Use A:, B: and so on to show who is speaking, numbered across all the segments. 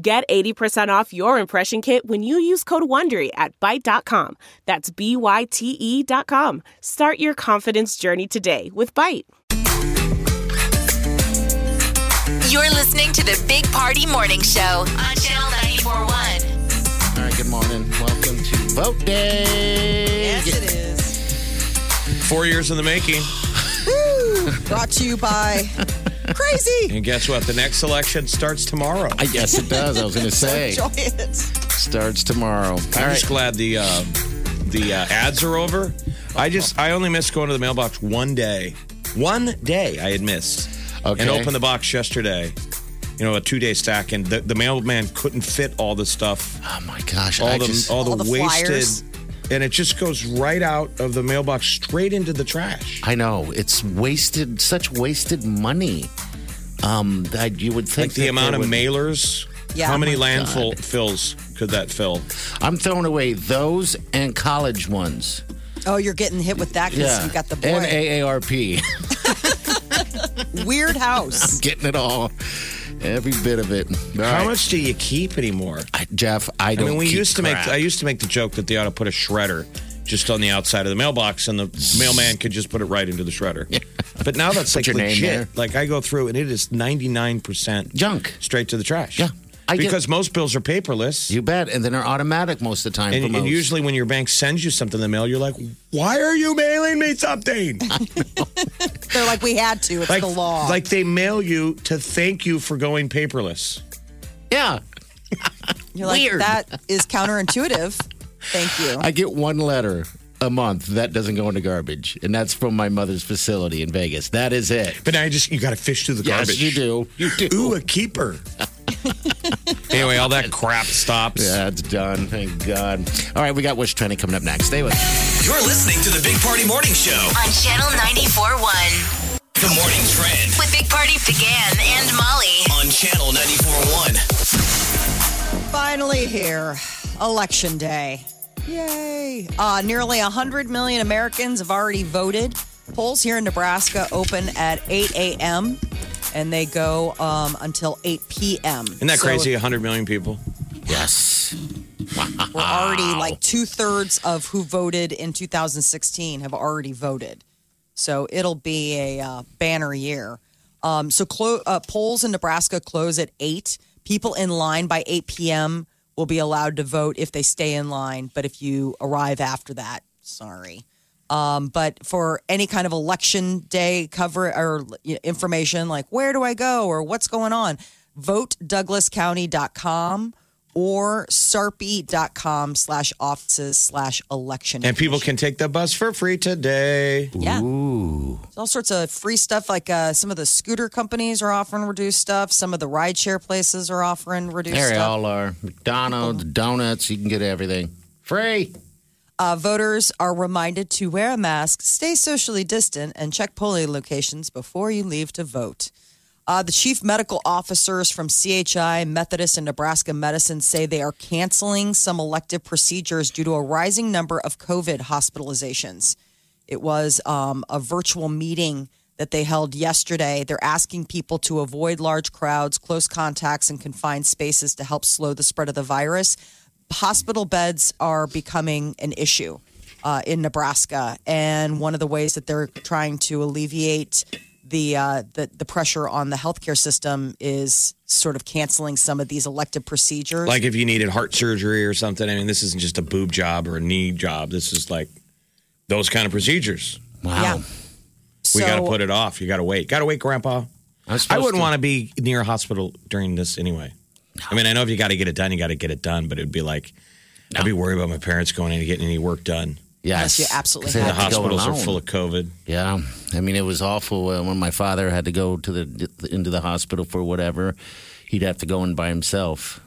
A: Get 80% off your impression kit when you use code WONDERY at Byte.com. That's B-Y-T-E E dot com. Start your confidence journey today with Byte.
B: You're listening to the Big Party Morning Show on Channel 941.
C: All right, good morning. Welcome to Vote Day.
D: Yes, it is.
E: Four years in the making.
D: Brought to you by Crazy.
E: And guess what? The next election starts tomorrow.
C: I guess it does. I was going to say.
D: Enjoy it.
C: Starts tomorrow. All
E: I'm
C: right.
E: just glad the uh, the uh, ads are over. I just I only missed going to the mailbox one day. One day I had missed.
C: Okay.
E: And opened the box yesterday. You know, a two day stack, and the, the mailman couldn't fit all the stuff,
C: Oh, my gosh.
E: all
C: I
E: the
C: just,
E: all the,
D: All the
E: wasted,
D: flyers.
E: and it just goes right out of the mailbox straight into the trash.
C: I know. It's wasted, such wasted money. Um, that you would think
E: Like the
C: that
E: amount
C: they
E: of
C: would-
E: mailers.
D: Yeah.
E: How many
C: Oh, my God.
E: landfill fills could that fill?
C: I'm throwing away those and college ones.
D: Oh, you're getting hit with that because you got the boy.
C: and AARP.
D: Weird house.
C: Getting it all, every bit of it. All
E: How
C: right.
E: much do you keep anymore?
C: I- Jeff, I
E: I
C: don't.
E: mean, we
C: keep
E: used to
C: track.
E: make. I used to make the joke that they ought to put a shredder just on the outside of the mailbox, and the mailman could just put it right into the shredder. But now that's like
C: your name there.
E: legit. Like I go through, and it is ninety nine percent
C: Junk.
E: straight to the trash.
C: Yeah. I get-
E: because most bills are paperless,
C: You bet. And then they're automatic most of the time.
E: and,
C: for
E: and
C: most.
E: usually when your bank sends you something in the mail, you're like, "Why are you mailing me something?"
D: They're like, we had to. It's
E: like,
D: the law.
E: like they mail you to thank you for going paperless.
C: yeah.
D: you're like,
C: weird.
D: that is counterintuitive. Thank you.
C: I get one letter a month that doesn't go into garbage, and that's from my mother's facility in Vegas. That is it.
E: But now you just you got to fish through the
C: Yes,
E: garbage.
C: you do. You do.
E: Ooh, a keeper. anyway, all that crap stops.
C: Yeah, it's done. Thank God. All right, we got what's trending coming up next. Stay with. us.
F: You're listening to the Big Party Morning Show.
B: On Channel 941
F: The Morning Trend
B: with Big Party began and Molly.
F: on Channel 94.1.
D: Finally here. Election day. Yay. Uh, nearly 100 million Americans have already voted. Polls here in Nebraska open at 8 a.m. and they go um, until 8 p.m.
E: Isn't that
D: So
E: crazy? 100 million people.
C: Yes.
D: We're already like two thirds of who voted in 2016 have already voted. So it'll be a uh, banner year. Um, so clo- uh, polls in Nebraska close at 8. People in line by 8 p.m. will be allowed to vote if they stay in line. But if you arrive after that, sorry. Um, but for any kind of election day cover or you know, information like where do I go or what's going on, vote douglascounty.com or sarpy.com slash offices slash election.
E: And people can take the bus for free today.
D: Yeah. There's all sorts of free stuff. Like uh, some of the scooter companies are offering reduced stuff. Some of the rideshare places are offering reduced
C: There you
D: stuff.
C: all are. McDonald's, donuts. You can get everything free.
D: Uh, voters are reminded to wear a mask, stay socially distant, and check polling locations before you leave to vote. Uh, the chief medical officers from CHI, Methodist, and Nebraska Medicine say they are canceling some elective procedures due to a rising number of COVID hospitalizations. It was um, a virtual meeting that they held yesterday. They're asking people to avoid large crowds, close contacts, and confined spaces to help slow the spread of the virus. Hospital beds are becoming an issue uh, in Nebraska, and one of the ways that they're trying to alleviate the, uh, the the pressure on the healthcare system is sort of canceling some of these elective procedures.
E: Like if you needed heart surgery or something. I mean, this isn't just a boob job or a knee job. This is like those kind of procedures.
C: Wow.
D: Yeah.
E: We got to
D: So-
E: put it off. You got to wait. Got to wait, Grandpa.
C: I'm
E: I
C: supposed
E: wouldn't
C: to-
E: want to be near a hospital during this anyway. I mean, I know if you got to get it done, you got to get it done, but it'd be like, I'd be worried about my parents going in and getting any work done.
D: Unless
C: Yes.
D: you absolutely
C: 'Cause they
D: have
E: The
C: have to go
E: hospitals are
C: alone.
E: full of COVID.
C: Yeah, I mean it was awful uh, when my father had to go to the into the hospital for whatever. He'd have to go in by himself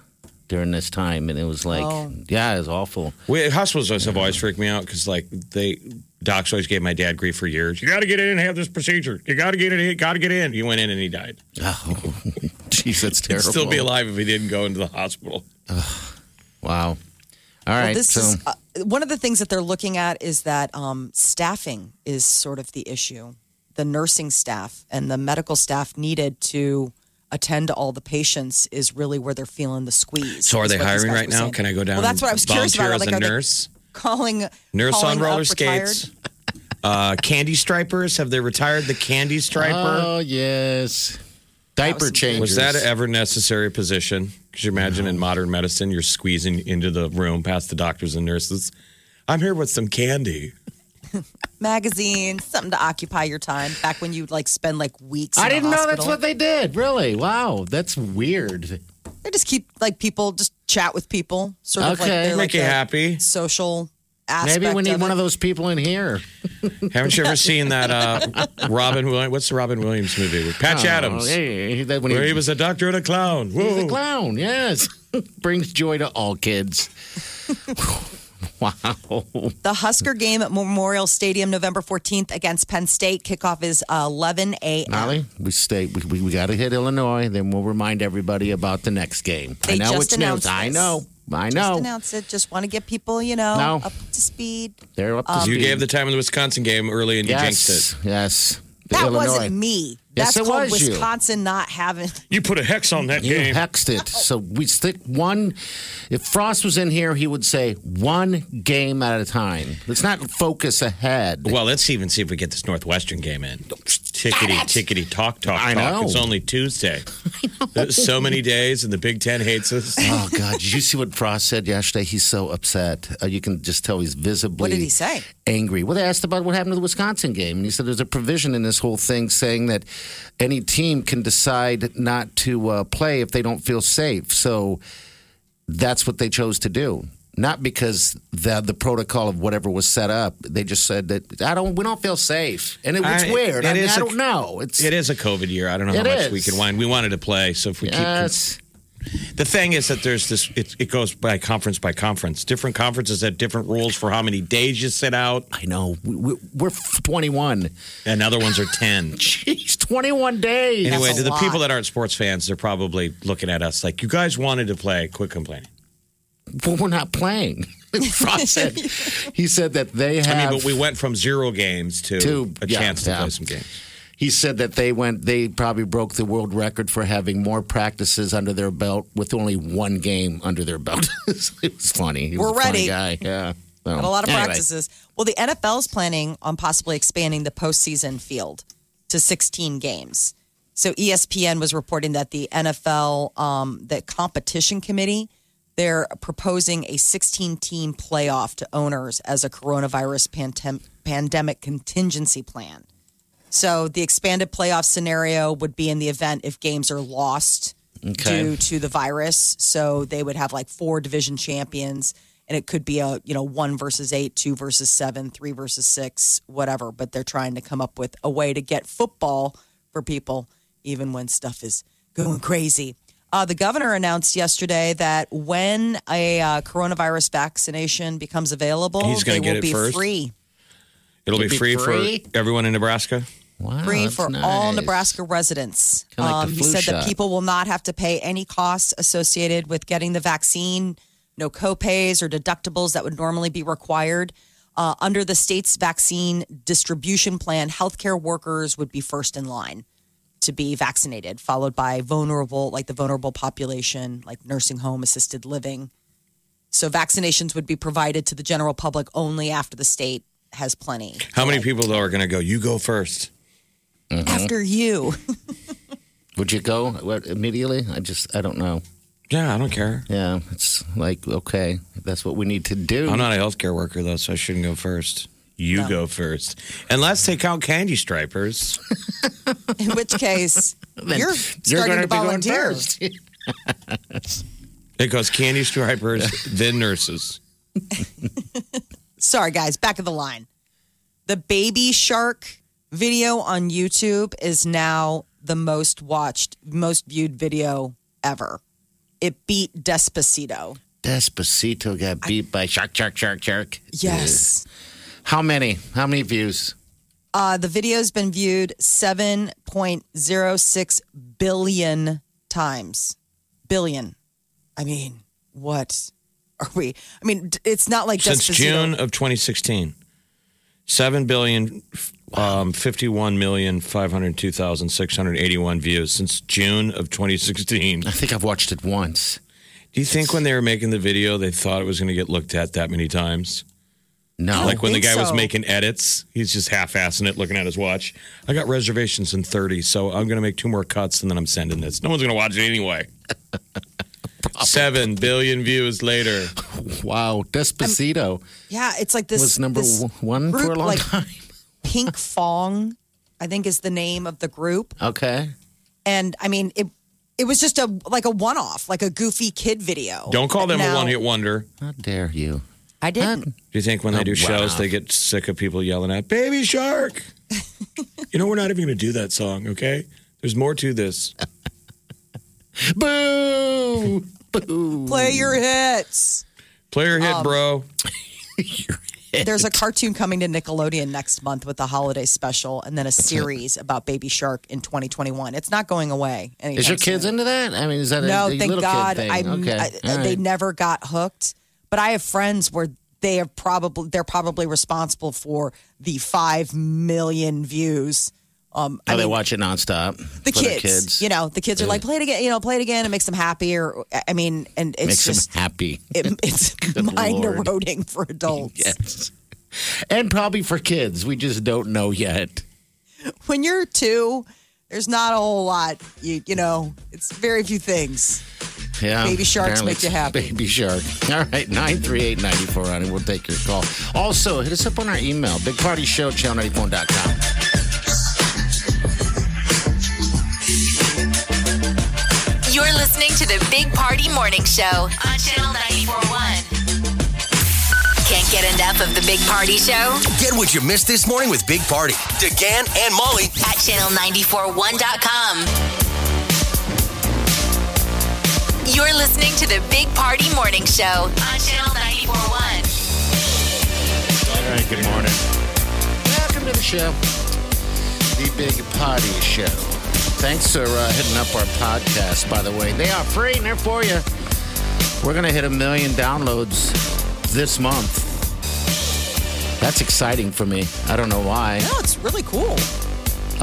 C: during this time, and it was like,
D: Oh.
C: yeah, it was awful.
E: We, hospitals have always freaked me out because, like, they docs always gave my dad grief for years. You got to get in and have this procedure. You got to get in. Got to get in. He went in and he died.
C: Oh, jeez, that's
E: He'd
C: terrible.
E: still be alive if he didn't go into the hospital.
C: Wow. All right.
D: Well, this
C: so,
D: is uh, one of the things that they're looking at is that um, staffing is sort of the issue. The nursing staff and the medical staff needed to attend to all the patients is really where they're feeling the squeeze.
E: So, are
D: is
E: they
D: what these
E: hiring
D: guys
E: right
D: were
E: now?
D: saying.
E: Can I go down?
D: Well, that's what I was curious about.
E: volunteer as
D: Like,
E: a
D: are they
E: nurse,
D: calling
E: nurse
D: calling
E: on
D: up
E: roller
D: retired?
E: skates. Uh, candy stripers have they retired the candy striper?
C: oh yes, diaper changes.
E: Was that ever necessary position? Because you imagine in modern medicine, you're squeezing into the room past the doctors and nurses. I'm here with some candy.
D: magazine, something to occupy your time. Back when you like spend like weeks.
C: I
D: in the
C: didn't know that's
D: hospital.
C: what they did. Really? Wow, that's weird.
D: They just keep like people just chat with people, sort of like
C: Okay.
D: they're
E: Make
D: like
E: you
D: a
E: happy.
D: social aspect.
C: Maybe we need
D: of
C: one
D: it.
C: of those people in here.
E: Haven't you ever seen that uh, Robin Williams? What's the Robin Williams movie with Patch Adams?
C: Oh, hey, he- that- when
E: Where he was Oh. a doctor and a clown. Whoa.
C: He's a clown, yes. Brings joy to all kids. wow.
D: The Husker game at Memorial Stadium, November 14th against Penn State. Kickoff is uh, 11 a.m.
C: Molly, we stay. We, we, we got to hit Illinois, then we'll remind everybody about the next game. I
D: They
C: know
D: just
C: it's news.
D: announced
C: I
D: this.
C: know. I
D: Just
C: know.
D: announce it. Just want to get people, you know,
C: No.
D: up to speed.
C: They're
D: Um,
C: up to
E: You
C: speed.
E: gave the time of the Wisconsin game early and you jinxed
C: yes,
E: it.
C: yes.
D: That
C: Illinois.
D: wasn't me.
C: Yes,
D: That's
C: it
D: called
C: was you.
D: Wisconsin not having.
E: You put a hex on that
C: You
E: game.
C: hexed it. So we stick one. If Frost was in here, he would say one game at a time. Let's not focus ahead.
E: well, let's even see if we get this Northwestern game in. Tickety, tickety, talk, talk,
C: I
E: talk.
C: know.
E: It's only Tuesday. There's so many days, and the Big Ten hates us.
C: Oh God! Did you see what Frost said yesterday? He's so upset. Uh, you can just tell he's visibly.
D: What did he say?
C: Angry. Well, they asked about what happened to the Wisconsin game, and he said there's a provision in this whole thing saying that any team can decide not to uh, play if they don't feel safe. So that's what they chose to do. Not because the the protocol of whatever was set up. They just said that I don't. We don't feel safe, and it, it's
E: I-
C: weird.
E: it
C: I, mean,
E: is
C: I
E: a-
C: don't know. It's
E: It is a COVID year. I don't know how
C: It
E: much we
C: is.
E: can whine. We wanted to play, so if we keep
C: yes.
E: The thing is that there's this, it, it goes by conference by conference. Different conferences have different rules for how many days you sit out,
C: I know. We, we, we're 21.
E: and other ones are 10.
C: Jeez, 21 days.
E: anyway,
D: That's
E: to
D: a
E: the
D: lot.
E: people that aren't sports fans, they're probably looking at us like, you guys wanted to play, quit complaining.
C: well, we're not playing. Frost said he said that they have.
E: I mean, but we went from zero games to,
C: To-
E: a
C: yeah,
E: chance to
C: yeah.
E: play some games.
C: he said that they went. They probably broke the world record for having more practices under their belt with only one game under their belt. it was funny. He was
D: We're
C: a
D: ready.
C: funny guy. Yeah, So,
D: Got a lot of
C: anyway.
D: practices. Well, the NFL is planning on possibly expanding the postseason field to 16 games. So E ESPN was reporting that the NFL, um, the competition committee, they're proposing a 16 team playoff to owners as a coronavirus pandem- pandemic contingency plan. So the expanded playoff scenario would be in the event if games are lost
C: Okay.
D: due to the virus. So they would have like four division champions, and it could be a you know one versus eight, two versus seven, three versus six, whatever. But they're trying to come up with a way to get football for people, even when stuff is going crazy. Uh, the governor announced yesterday that when a uh, coronavirus vaccination becomes available,
E: He's
D: they
E: gonna get
D: will
E: it
D: be
E: first?
D: free.
E: It'll be,
C: It'd
E: free,
C: be free?
E: for everyone in Nebraska.
C: Wow,
D: free
C: Oh, that's
D: for all
C: nice.
D: Nebraska residents.
C: Kinda like the
D: he
C: flu
D: said
C: shot.
D: that people will not have to pay any costs associated with getting the vaccine, no copays or deductibles that would normally be required. Uh, under the state's vaccine distribution plan, healthcare workers would be first in line to be vaccinated, followed by vulnerable, like the vulnerable population, like nursing home, assisted living. So vaccinations would be provided to the general public only after the state has plenty.
E: How many people, though, are going to go, you go first?
C: Mm-hmm.
D: After you.
C: Would you go what, immediately? I just I don't know.
E: Yeah, I don't care.
C: Yeah, it's like okay, that's what we need to do.
E: I'm not a healthcare worker, though, so I shouldn't go first. You go first. Unless they count candy stripers.
D: In which case, you're
C: You're
D: starting to
C: going to be going
D: volunteer.
C: first.
E: It goes candy stripers, then nurses.
D: Sorry, guys, back of the line. The baby shark video on YouTube is now the most watched, most viewed video ever. it beat Despacito.
C: Despacito got beat by Shark, Shark, Shark, Shark.
D: Yes.
C: How many? How many views?
D: Uh, the video's been viewed 7.06 billion times. Billion. I mean, what are we? I mean, d- it's not like
E: Since
D: Despacito.
E: June of 2016, 7 billion, um, 51 million, 502,681 views since June of 2016.
C: I think I've watched it once.
E: Do you think when they were making the video, they thought it was going to get looked at that many times?
C: No.
E: Like when the
D: think
E: guy was
D: so.
E: making edits, he's just half assing it, looking at his watch. I got reservations in 30, so I'm going to make two more cuts and then I'm sending this. No one's going to watch it anyway. Seven billion views later.
C: wow. Despacito
D: Yeah, it's like this
C: was number
D: this
C: w- one for a
D: group,
C: long
D: like
C: time.
D: Pink Fong, I think is the name of the group.
C: Okay.
D: And I mean, it it was just a like a one off, like a goofy kid video.
E: Don't call them a
D: Now-
E: one hit wonder.
C: How dare you?
D: I didn't.
E: Do you think when they
C: Oh,
E: do shows,
C: wow.
E: they get sick of people yelling at Baby Shark? you know, we're not even going to do that song, okay? There's more to this.
C: Boo! Boo!
D: Play your hits.
E: Play your
C: Um,
E: hit, bro.
D: There's a cartoon coming to Nickelodeon next month with a holiday special, and then a series about Baby Shark in 2021. It's not going away.
C: Is your kids
D: in?
C: into that? I mean, is that
D: No,
C: a, a
D: thank
C: little
D: God.
C: kid thing?
D: I,
C: okay.
D: I-
C: All
D: they
C: right.
D: never got hooked. But I have friends where they have probably they're probably responsible for the five million views. Um, I
C: Oh, they
D: mean,
C: watch it nonstop.
D: the
C: for
D: kids,
C: their kids.
D: You know, the kids are like, play it again. You know, play it again. It makes them happier. I I mean, and it's
C: makes
D: just
C: them happy.
D: it, it's mind
C: Lord.
D: eroding for adults.
C: Yes. And probably for kids. We just don't know yet.
D: When you're two, there's not a whole lot. You you know, it's very few things.
C: Yeah.
D: Baby sharks
C: apparently
D: make you
C: it's
D: happy.
C: Baby shark. All right, 938 9400. We'll take your call. Also, hit us up on our email, bigpartyshow, channel94.com.
B: You're listening to the Big Party Morning Show on Channel 941. Can't get enough of the Big Party Show
F: Get what you missed this morning with Big Party, DeGan and Molly
B: at channel941.com. You're listening to the Big Party Morning Show on Channel 941.
C: All right, good morning. Welcome to the show, the Big Potty Show. Thanks for uh, hitting up our podcast, by the way. They are free and they're for you. We're going to hit a million downloads this month. That's exciting for me. I don't know why.
D: No, it's really cool.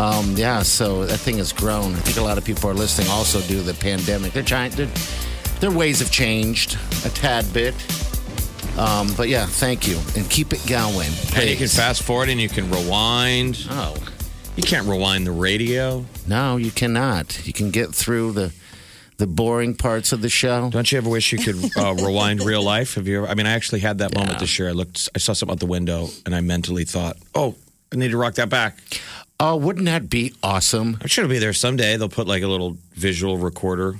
C: Um, yeah, so that thing has grown. I think a lot of people are listening also due to the pandemic. They're trying, they're, their ways have changed a tad bit. Um, but yeah, thank you. And keep it going.
E: And you can
C: please.
E: fast forward and you can rewind.
C: Oh.
E: You can't rewind the radio.
C: No, you cannot. You can get through the the boring parts of the show.
E: Don't you ever wish you could uh, rewind real life? Have you ever? I mean, I actually had that moment this year. I looked, I saw something out the window, and I mentally thought, "Oh, I need to rock that back."
C: Oh, wouldn't that be awesome?
E: I'm sure it'll be there someday. They'll put like a little visual recorder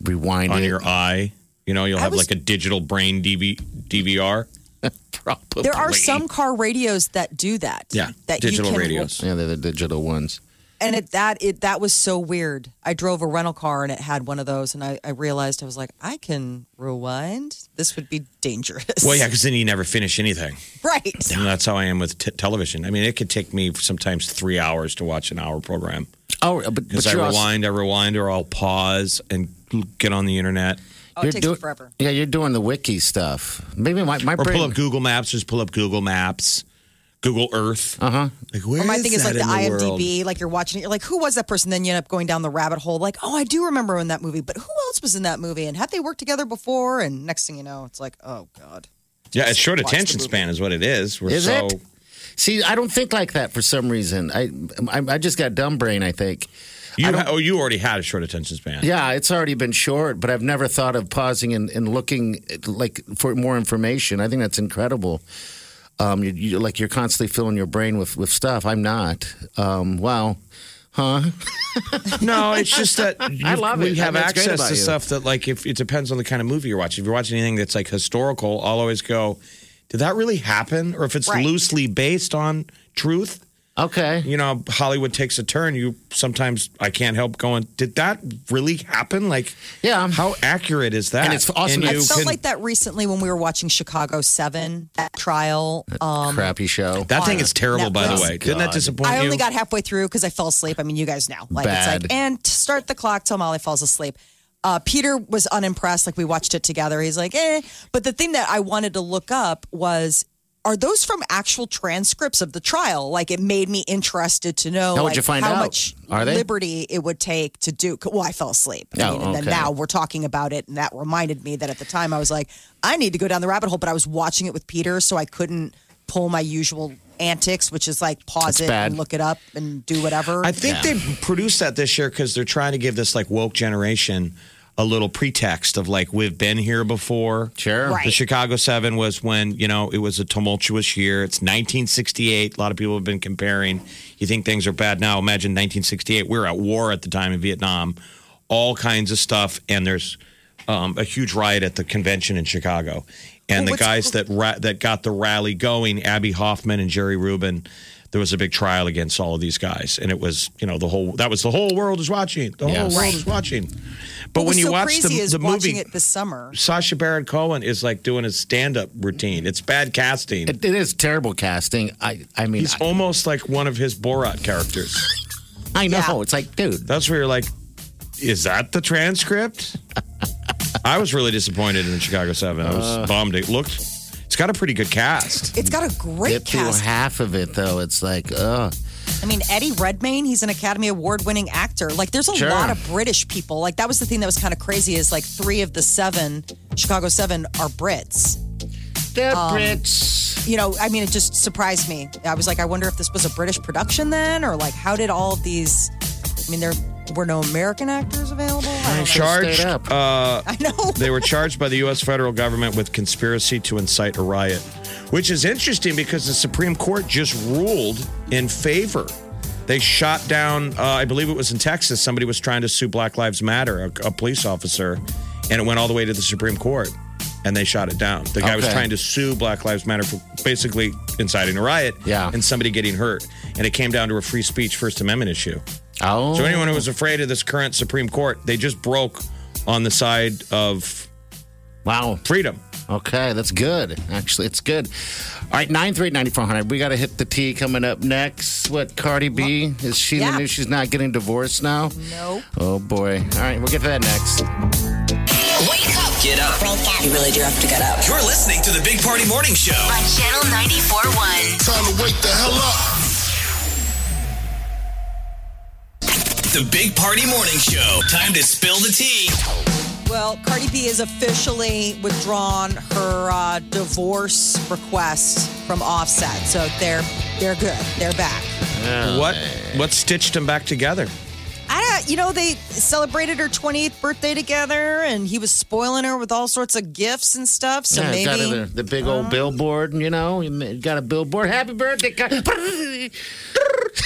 C: Rewind
E: on
C: it.
E: your eye. You know, you'll
D: I
E: have
D: was-
E: like a digital brain DV, DVR.
C: probably.
D: There are some car radios that do that.
E: Yeah,
D: that you
E: digital
D: can-
E: radios.
C: Yeah, they're the digital ones.
D: And it, that it that was so weird. I drove a rental car and it had one of those, and I, I realized I was like, I can rewind. This would be dangerous.
E: Well, yeah, because then you never finish anything.
D: right.
E: And that's how I am with t- television. I mean, it could take me sometimes three hours to watch an hour program
C: Oh, but, but
E: because I
C: you're also-
E: rewind, I rewind, or I'll pause and get on the internet
D: Oh,
C: you're
D: it takes
C: do-
D: me forever.
C: Yeah, you're doing the wiki stuff. Maybe my my
E: or
C: brain.
E: pull up Google Maps. Just pull up Google Maps, Google Earth. Uh huh. Like where
D: Uh-huh. Or my thing is like the
E: that in world?
D: IMDb, like you're watching it, you're like, who was that person? Then you end up going down the rabbit hole, like, oh, I do remember in that movie, but who else was in that movie? And had they worked together before? And next thing you know, it's like, oh god.
E: Yeah, it's short
D: Watch the
E: attention
D: movie.
E: span is what it is. We're
C: Is
E: so
C: it? See, I don't think like that for some reason. I I, I just got dumb brain. I think.
E: you ha- oh you already had a short attention span.
C: Yeah, it's already been short, but I've never thought of pausing and, and looking at, like for more information. I think that's incredible. Um, you, you, like you're constantly filling your brain with, with stuff. I'm not. Um, wow.
E: No, it's just that
C: I
E: you-
C: love
E: we
C: it.
E: have
C: That's great
E: access
C: about
E: to
C: you.
E: stuff that like if it depends on the kind of movie you're watching. If you're watching anything that's like historical, I'll always go, did that really happen? Or if it's
D: Right.
E: loosely based on truth,
C: Okay.
E: you know, Hollywood takes a turn. You sometimes I can't help going. Did that really happen? Like,
C: Yeah.
E: how accurate is that?
C: And it's awesome.
E: And
C: I
E: you
D: I felt
E: can-
D: like that recently when we were watching Chicago Seven that trial. Um,
C: Crappy show.
E: That thing
D: on
E: is terrible, by the
D: Netflix.
E: way. Didn't that disappoint
D: I
E: you?
D: only got halfway through because I fell asleep. I mean, you guys know. Like it's
C: Bad.
D: like and to start the clock till Molly falls asleep. Uh, Peter was unimpressed. Like we watched it together. He's like, eh. But the thing that I wanted to look up was. Are those from actual transcripts of the trial? Like, it made me interested to know
C: How would
D: like,
C: you find
D: how
C: out?
D: much
C: Are they?
D: liberty it would take to do. Well, I fell asleep. I
C: Oh,
D: mean, and then
C: okay.
D: now we're talking about it, and that reminded me that at the time I was like, I need to go down the rabbit hole, but I was watching it with Peter, so I couldn't pull my usual antics, which is like pause
C: That's
D: it
C: bad.
D: and look it up and do whatever.
E: I think they produced that this year because they're trying to give this like woke generation a little pretext of like we've been here before.
C: Sure.
D: Right.
E: The Chicago Seven was when you know it was a tumultuous year. It's 1968. A lot of people have been comparing. You think things are bad now? Imagine 1968. We were at war at the time in Vietnam. All kinds of stuff, and there's um, a huge riot at the convention in Chicago. And the
D: Well, what's-
E: guys that ra- that got the rally going, Abby Hoffman and Jerry Rubin, there was a big trial against all of these guys, and it was you know the whole that was the whole world is watching. The whole
C: Yes.
E: world is watching. But
D: What
E: when
D: was
E: you
D: so
E: watch
D: crazy
E: the,
D: is
E: the
D: watching
E: movie,
D: it this summer.
E: Sasha Baron Cohen is like doing a stand up routine. It's bad casting.
C: It, it is terrible casting. I I mean,
E: He's
C: I,
E: almost like one of his Borat characters.
C: I know.
D: Yeah.
C: It's like, dude,
E: That's where you're like, is that the transcript? I was really disappointed in Chicago 7. I was
C: Uh.
E: bummed. It looked, it's got a pretty good cast.
D: It's got a great
C: get through
D: cast.
C: half of it, though. It's like, ugh.
D: I mean, Eddie Redmayne, he's an Academy Award winning actor. Like, there's a
C: Sure.
D: lot of British people. Like, that was the thing that was kind of crazy is like three of the seven, Chicago Seven, are Brits.
C: The
D: Um,
C: Brits.
D: you know, I mean, it just surprised me. I was like, I wonder if this was a British production then, or like, how did all of these? I mean, there were no American actors available. I, don't know.
E: Charged,
C: Stayed up.
D: I know.
E: they were charged by the U.S. federal government with conspiracy to incite a riot, which is interesting because the Supreme Court just ruled in favor. They shot down, uh, I believe it was in Texas, somebody was trying to sue Black Lives Matter, a, a police officer, and it went all the way to the Supreme Court and they shot it down. The guy was
C: Okay.
E: trying to sue Black Lives Matter for basically inciting a riot
C: Yeah.
E: and somebody getting hurt. And it came down to a free speech First Amendment issue.
C: oh,
E: So anyone who was afraid of this current Supreme Court, they just broke on the side of
C: wow.
E: freedom.
C: Okay, that's good. Actually, it's good. All right, 938-9400. We got to hit the T coming up next. What, Cardi B? Is she
D: Yeah.
C: the new? She's not getting divorced now?
D: Nope.
C: Oh, boy. All right, we'll get to that next.
B: Wake up
F: Get up.
G: You really do have to get up.
F: You're listening to the Big Party Morning Show.
B: on Channel 94.1.
H: Time to wake the hell up.
F: The Big Party Morning Show. Time to spill the tea.
D: Well, Cardi B has officially withdrawn her uh, divorce request from Offset, so they're they're good. They're back.
C: Oh,
E: What what stitched them back together?
D: I don't, you know, they celebrated her 28th birthday together, and he was spoiling her with all sorts of gifts and stuff. So
C: Yeah, got
D: maybe Uh-huh.
C: her the, the big old billboard, you know, you ma- got a billboard. Happy birthday, Cardi.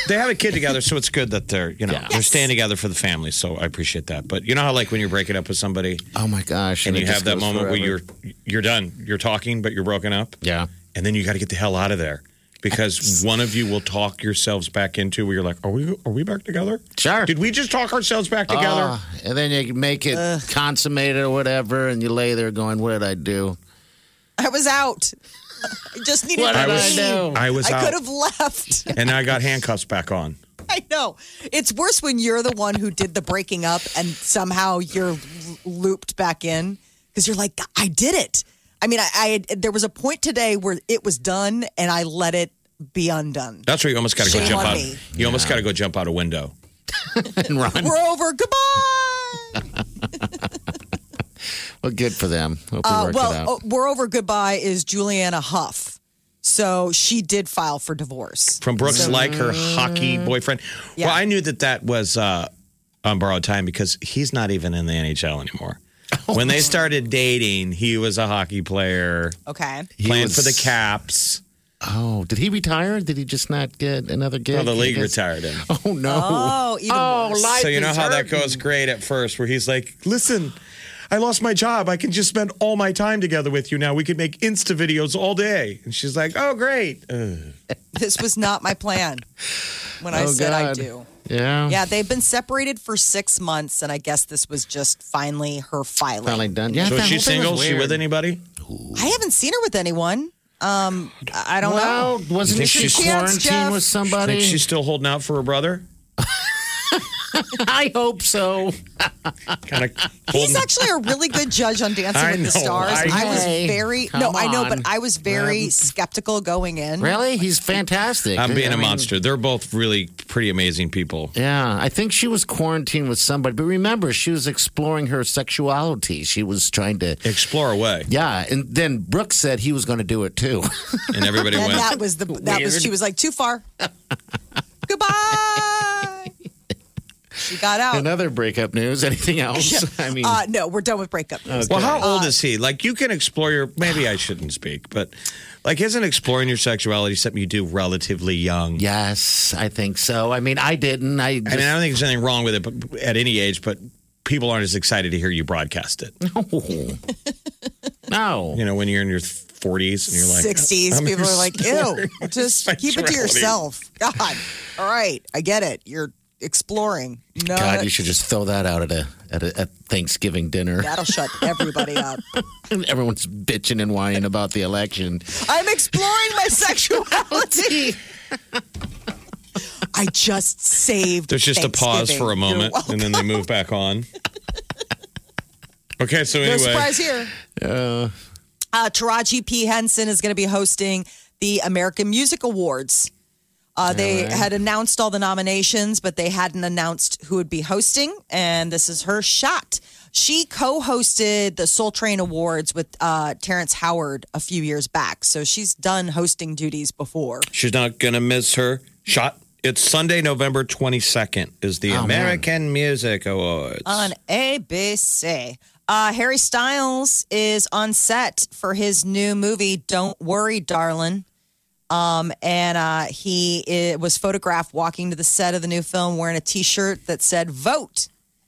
E: They have a kid together, so it's good that they're you know
C: Yeah.
E: they're staying together for the family. So I appreciate that. But you know how like when you're breaking up with somebody
C: Oh, my gosh.
E: and
C: it
E: you
C: just
E: have that
C: goes
E: moment where you're
C: forever.
E: you're done, you're talking, but you're broken up,
C: Yeah.
E: and then you got to get the hell out of there because one of you will talk yourselves back into where you're like, are we are we back together?
C: Sure.
E: Did we just talk ourselves back together?
C: Ah, and then you make it consummate or whatever, and you lay there going, What did I do?
D: I was out. I just needed
C: What
D: to
E: I
C: did
E: was
D: leave.
C: I do?
E: I was
D: I
E: out,
D: could have left.
E: and I got handcuffs back on.
D: I know. It's worse when you're the one who did the breaking up and somehow you're l- looped back in because you're like, I did it. I mean, I, I there was a point today where it was done and I let it be undone.
E: That's where you almost got to go
D: Shame
E: jump
D: on
E: out.
D: me.
E: You almost got to go jump out a window.
C: and run.
D: We're over. Goodbye.
C: Well, good for them. Hope they
D: Uh,
C: work it out.
D: well, uh, we're over. Goodbye is Juliana Huff. So she did file for divorce.
E: from Brooks like her hockey
C: Mm.
E: boyfriend. Well,
D: Yeah.
E: I knew that that was uh, on borrowed time because he's not even in the NHL anymore. When they started dating, he was a hockey player
D: Okay.
C: He
E: playing
C: was-
E: for the Caps.
C: Oh, did he retire? Did he just not get another gig?
E: Well, the league
C: I guess-
E: retired him.
C: Oh no!
D: Oh, even
C: oh,
D: worse.
C: life
E: so you know
C: is
E: how that
C: hurting.
E: goes great at first, where he's like, "Listen, I lost my job. I can just spend all my time together with you now. We could make Insta videos all day. And she's like, oh, great. Uh,
D: This was not my plan when I
C: Oh,
D: said I
C: God.
D: do.
C: Yeah.
D: Yeah, they've been separated for six months, and I guess this was just finally her filing.
C: Finally done. Yeah.
E: so is
C: that
E: she
C: whole thing
E: single?
C: was
E: Is she
C: weird.
E: with anybody?
D: I haven't seen her with anyone. Um, I I don't know.
C: Well, wasn't
E: think
C: she
E: she's-
D: Chance, Jeff.
C: quarantined with
E: Think
C: somebody?
E: she's still holding out for her brother?
C: I hope so.
E: Kind of
D: He's
E: holding.
D: actually a really good judge on Dancing
E: I
D: with the
E: know,
D: Stars.
E: I
D: I, was
C: know.
D: very no,
C: Come
D: I know, but
C: on.
D: I was very skeptical going in.
C: Really? He's fantastic.
E: I'm being
C: I
E: a
C: mean,
E: monster. They're both really pretty amazing people.
C: Yeah, I think she was quarantined with somebody, but remember, she was exploring her sexuality. She was trying to.
E: Explore away.
C: Yeah, and then Brooke said he was going to do it too.
E: And everybody
D: And
E: went.
D: that was the that was
C: Weird.
D: she was like too far. Goodbye. She got out.
C: Another breakup news. Anything else? I mean,
D: uh, no, we're done with breakup. news.
E: Well, how old is he? Like, you can explore your. Maybe I shouldn't speak, but like, isn't exploring your sexuality something you do relatively young?
C: yes, I think so. I mean, I didn't. I,
E: I mean, I
C: just,
E: don't think there's anything wrong with it but, at any age, but people aren't as excited to hear you broadcast it.
C: no.
E: You know, when you're in your 40s and you're like,
D: Sixties,
E: I'm
D: people are like,
E: exploring
D: ew, just
E: my
D: keep it to
E: sexuality."
D: yourself. God. All right. I get it. You're exploring. No
C: God, you should just throw that out at a at a at Thanksgiving dinner.
D: that'll shut everybody up.
C: Everyone's bitching and whining about the election.
D: I'm exploring my sexuality. I just saved.
E: There's just a pause for a moment and then they move back on. Okay, so
D: No
E: anyway.
D: surprise here. Uh, Taraji P. Henson is going to be hosting the American Music Awards. Uh, they had announced all the nominations, but they hadn't announced who would be hosting, and this is her shot. She co hosted the Soul Train Awards with uh, Terrence Howard a few years back, so she's done hosting duties before.
E: She's not going to miss her shot. It's Sunday, November 22nd is the
D: Oh,
E: American Music Awards.
D: on ABC. Uh, Harry Styles is on set for his new movie, Don't Worry, Darlin'. Um, and uh, he i was photographed walking to the set of the new film wearing a t shirt that said vote.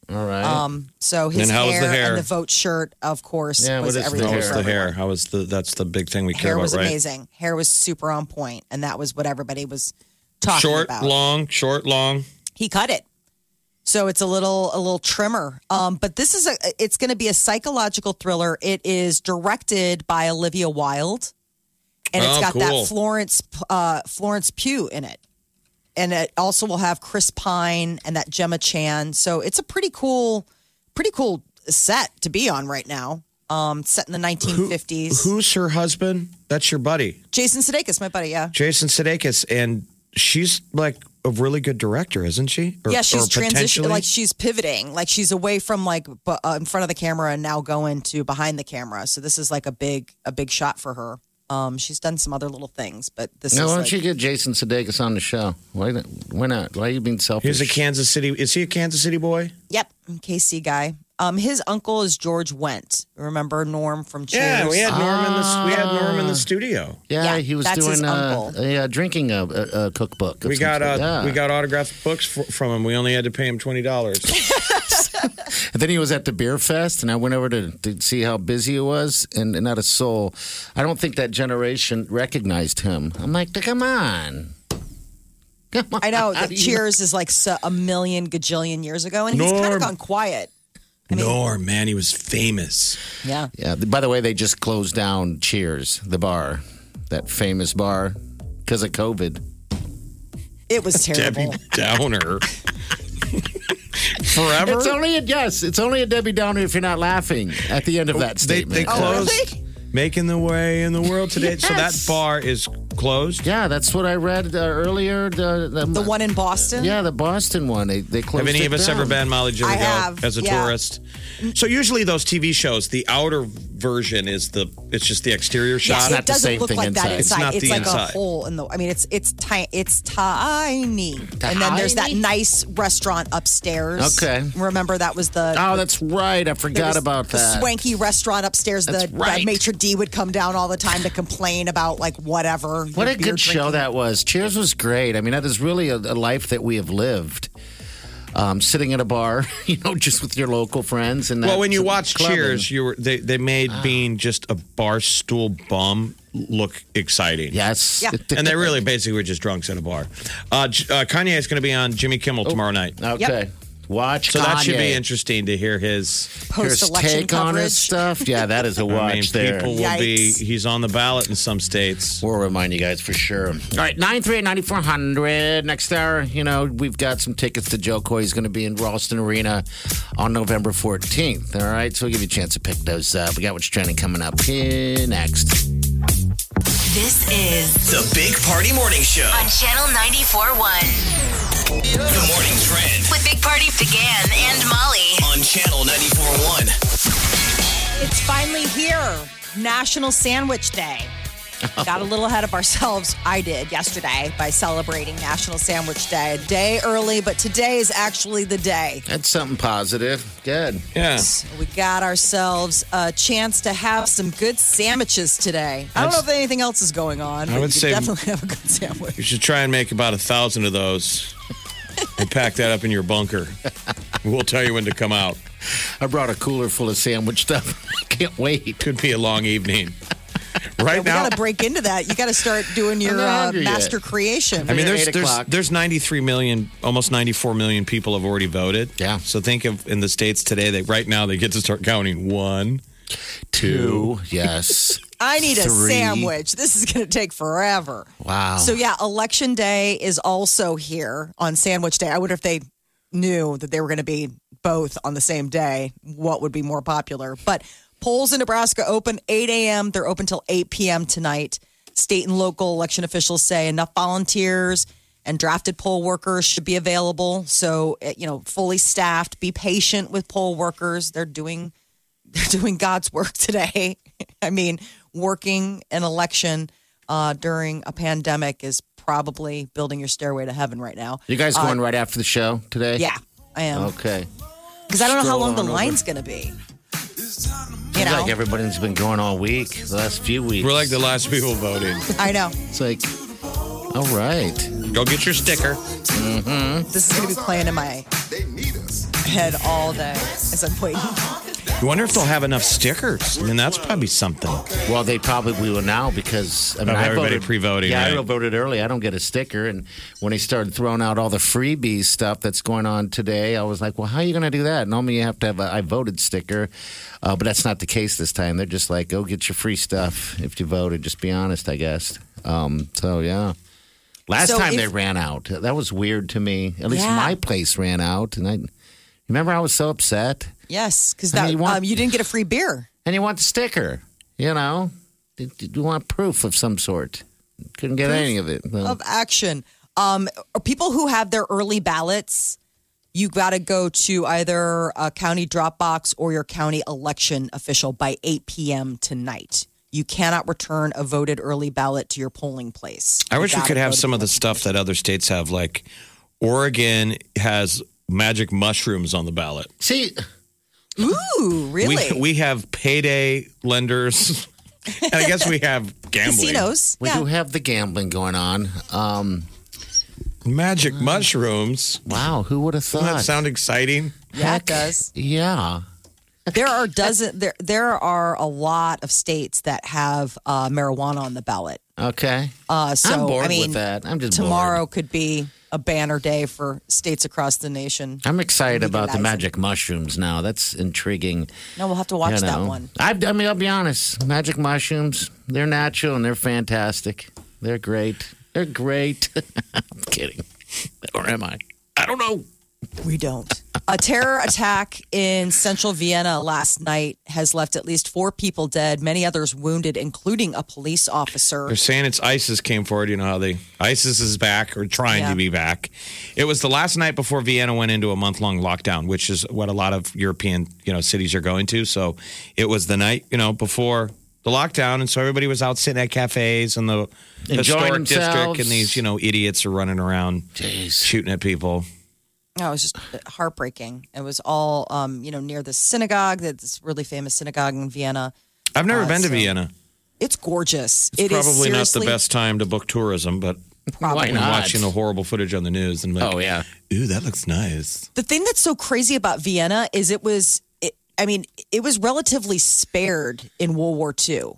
C: All right.
D: Um, so his
E: And how was
D: hair,
E: the hair?
D: and the vote shirt, of course, was
C: Yeah, what is the
D: everything.
E: How was
D: for
E: the
D: everyone.
E: hair? How was the that's the big thing we care
D: Hair
E: about,
D: was
E: right?
D: amazing. Hair was super on point, and that was what everybody was talking
E: Short,
D: about.
E: long, short, long.
D: he cut it so it's a little a little trimmer um, but this is a it's going to be a psychological thriller it is directed by olivia wilde and it's
E: Oh,
D: got that
E: cool.
D: florence uh, florence pugh in it and it also will have chris pine and that gemma chan so it's a pretty cool pretty cool set to be on right now um, set in the 1950s
E: Who's her husband? That's your buddy,
D: jason sudeikis my buddy yeah
E: Jason Sudeikis, and she's like a really good director, isn't she? Or,
D: yeah, she's
E: or potentially?
D: transitioning, like she's pivoting, like she's away from like bu- uh, in front of the camera and now going to behind the camera. So this is like a big, a big shot for her. Um, she's done some other little things, but this
C: Now,
D: is
C: why
D: like,
C: don't you get Jason Sudeikis on the show? Why, not- why not? Why are you being selfish?
E: He's a Kansas City. Is he a Kansas City boy?
D: yep, KC guy. Um, his uncle is George Wendt. Remember Norm from Cheers?
E: Yeah, we had Norm in the we had Norm in the studio.
C: yeah,
D: yeah,
C: he was
D: that's his
C: doing uh,
D: uncle.
C: a, uh, drinking a, a, a cookbook. of
E: We
C: some
E: got uh,
C: sort. Yeah.
E: we got autographed books fr from him. We only had to pay him twenty dollars.
C: And then he was at the beer fest, and I went over to, to see how busy he was, and, and not a soul. I don't think that generation recognized him. I'm like, come on. Come on.
D: I know
C: How
D: that
C: do you-
D: Cheers is like so, a million gajillion years ago, and he's kind of
E: Norm.
D: gone quiet.
E: Norm, man, he was famous.
D: Yeah,
C: Yeah. By the way, they just closed down Cheers, the bar, that famous bar, because of COVID.
D: it was
E: Debbie
D: terrible.
E: Downer. Forever.
C: It's only a yes. It's only a Debbie Downer if you're not laughing at the end
D: Oh,
C: of that
E: they,
C: statement. Oh,
E: they closed making the way in the world today. So that
C: Yes.
E: bar is closed.
C: Yeah, that's what I read uh, earlier. The, the,
D: The one in Boston.
C: yeah, the Boston one. They, they closed.
E: Have any
C: it
E: of us
C: down.
E: ever been Molly Jericho
D: I have,
E: as a
D: yeah.
E: tourist? So usually those TV shows, the outer version is the it's just the exterior shot.
D: Yeah,
C: not
D: it
C: the
D: doesn't
C: same
D: look
C: thing
D: like that
C: inside. It's
D: inside.
E: not
D: It's,
E: the
D: like
E: inside.
D: a hole in the. I mean, it's it's tiny. It's tiny. And then there's that
C: Tiny?
D: nice restaurant upstairs.
C: Okay.
D: Remember that was the.
C: Oh, that's right. I
D: there
C: forgot
D: was
C: about
D: the
C: that.
D: swanky restaurant upstairs. The,
C: That's
D: the
C: right.
D: maitre d would come down all the time to complain about like whatever.
C: What
D: your
C: a
D: beer
C: good show
D: drinking.
C: that was. Cheers was great. I mean, that is really a, a life that we have lived. um, sitting at a bar, you know, just with your local friends. And
E: Well, when
C: that's
E: you watch
C: clubbing.
E: Cheers, you were they, they made
C: Ah.
E: being just a bar stool bum look exciting.
C: yes,
D: Yeah.
E: And they really basically were just drunks in a bar. Uh, J- uh, Kanye is going to be on Jimmy Kimmel tomorrow night.
C: okay. Watch
E: So that should be
C: Oh. Kanye.
E: interesting to hear his.
C: Here's
D: Post-election
C: take on his
D: coverage.
C: stuff. Yeah, that is a watch
E: I mean,
C: there.
E: people will be.
D: Yikes.
E: He's on the ballot in some states.
C: We'll remind you guys for sure. All right, 938-9400. Next hour, you know, we've got some tickets to Joe Coy. He's going to be in Ralston Arena on November 14th. All right, so we'll give you a chance to pick those up. We got what's trending coming up here next.
B: This is
F: The Big Party Morning Show.
B: on Channel 94.1
F: The Morning Trend
B: with Big Party began and Molly.
F: on Channel 94.1.
D: It's finally here. National Sandwich Day. Got a little ahead of ourselves. I did yesterday by celebrating National Sandwich Day. A day early, but today is actually the day.
C: That's something positive. Good.
E: Yeah.
D: We got ourselves a chance to have some good sandwiches today. I don't know if anything else is going on. but
E: would
D: you could
E: say-
D: definitely have a good sandwich.
E: You should try and make about a thousand of those and pack that up in your bunker. We'll tell you when to come out.
C: I brought a cooler full of sandwich stuff. Can't wait.
E: Could be a long evening. Right
D: We
E: now,
D: got to break into that. You got to start doing your
C: not
D: uh,
C: hungry yet.
D: master creation.
E: I mean,
C: They're
E: there's
C: eight
E: there's,
C: o'clock.
E: there's 93 million, almost 94 million people have already voted.
C: Yeah.
E: So think of in the states today that right now they get to start counting one, two.
C: Two. Yes.
D: I need a
C: Three.
D: sandwich. This is going to take forever.
C: Wow.
D: So yeah, election day is also here on sandwich day. I wonder if they knew that they were going to be both on the same day, what would be more popular. But polls in Nebraska open 8 a.m. They're open till 8 p.m. tonight. State and local election officials say enough volunteers and drafted poll workers should be available. So, eh, you know, fully staffed, be patient with poll workers. They're doing they're doing God's work today. I mean, working an election uh, during a pandemic is probably building your stairway to heaven right now.
C: You guys going right after the show today?
D: Uh, Yeah, I am.
C: Okay.
D: Because I don't know how
C: Stroll
D: long the
C: on over.
D: line's going to be. You
C: Seems
D: know,
C: like everybody's been going all week, the last few weeks.
E: We're like the last people voting.
D: I know.
C: It's like, all right.
E: Go get your sticker.
D: This is going to be playing in my head all day as I'm waiting.
E: You wonder if they'll have enough stickers. I mean, that's probably something.
C: Well, they probably will now because I mean,
E: Of
C: I
E: everybody
C: voted,
E: pre-voting,
C: Yeah, I
E: right?
C: voted early. I don't get a sticker, and when they started throwing out all the freebies stuff that's going on today, I was like, "Well, how are you going to do that?" Normally, you have to have a "I voted" sticker, uh, but that's not the case this time. They're just like, "Go get your free stuff if you voted." Just be honest, I guess. Um, so yeah. Last
D: So
C: time
D: if-
C: they ran out. That was weird to me. At least
D: Yeah.
C: my place ran out, and I remember I was so upset.
D: Yes, because
C: I
D: that
C: mean, you want-
D: um, you didn't get a free beer.
C: and you want the sticker, you know? You- You want proof of some sort. Couldn't get any of it. No.
D: of action. Um, people who have their early ballots, you got to go to either a county drop box or your county election official by 8 p.m. tonight. You cannot return a voted early ballot to your polling place.
E: I wish we
D: gotta
E: could have
D: go to
E: some of the stuff that other states have. Like Oregon has magic mushrooms on the ballot.
C: See,
D: Ooh, really?
E: We, we have payday lenders. and I guess we have gambling.
D: Casinos.
C: we
D: yeah.
C: do have the gambling going on. Um,
E: Magic mushrooms.
C: wow, who would have thought?
E: Doesn't that sound exciting?
D: yeah, it does.
C: yeah.
D: There are dozen. There there are a lot of states that have uh, marijuana on the ballot.
C: Okay.
D: Uh, so
C: I'm bored
D: I mean,
C: with that. I'm just
D: tomorrow
C: bored.
D: could be a banner day for states across the nation.
C: I'm excited about the
D: Legalizing.
C: magic mushrooms now. That's intriguing.
D: No, we'll have to
C: you
D: watch that
C: know.
D: one.
C: I, I mean, I'll be honest. Magic mushrooms, they're natural and they're fantastic. They're great. They're great. I'm kidding. Or am I? I don't know.
D: We don't. a terror attack in central Vienna last night has left at least four people dead, many others wounded, including a police officer.
E: They're saying it's ISIS came forward. You know how they ISIS is back or trying
D: Yeah.
E: to be back. It was the last night before Vienna went into a month long lockdown, which is what a lot of European you know cities are going to. So it was the night you know before the lockdown, and so everybody was out sitting at cafes in the historic
C: Enjoying
E: district, and
C: themselves.
E: these you know idiots are running around
C: Jeez.
E: shooting at people.
D: No, Oh, it was just uh, heartbreaking. It was all, um, you know, near the synagogue, this really famous synagogue in Vienna.
E: I've never
D: Uh,
E: been to
D: so
E: Vienna.
D: It's gorgeous.
E: It's
D: It is
E: probably not the
D: seriously-
E: best time to book tourism, but
C: Why
E: And
C: not?
E: watching the horrible footage on the news and like,
C: oh yeah.
E: ooh, that looks nice.
D: The thing that's so crazy about Vienna is it was, it, I mean, it was relatively spared in World War II.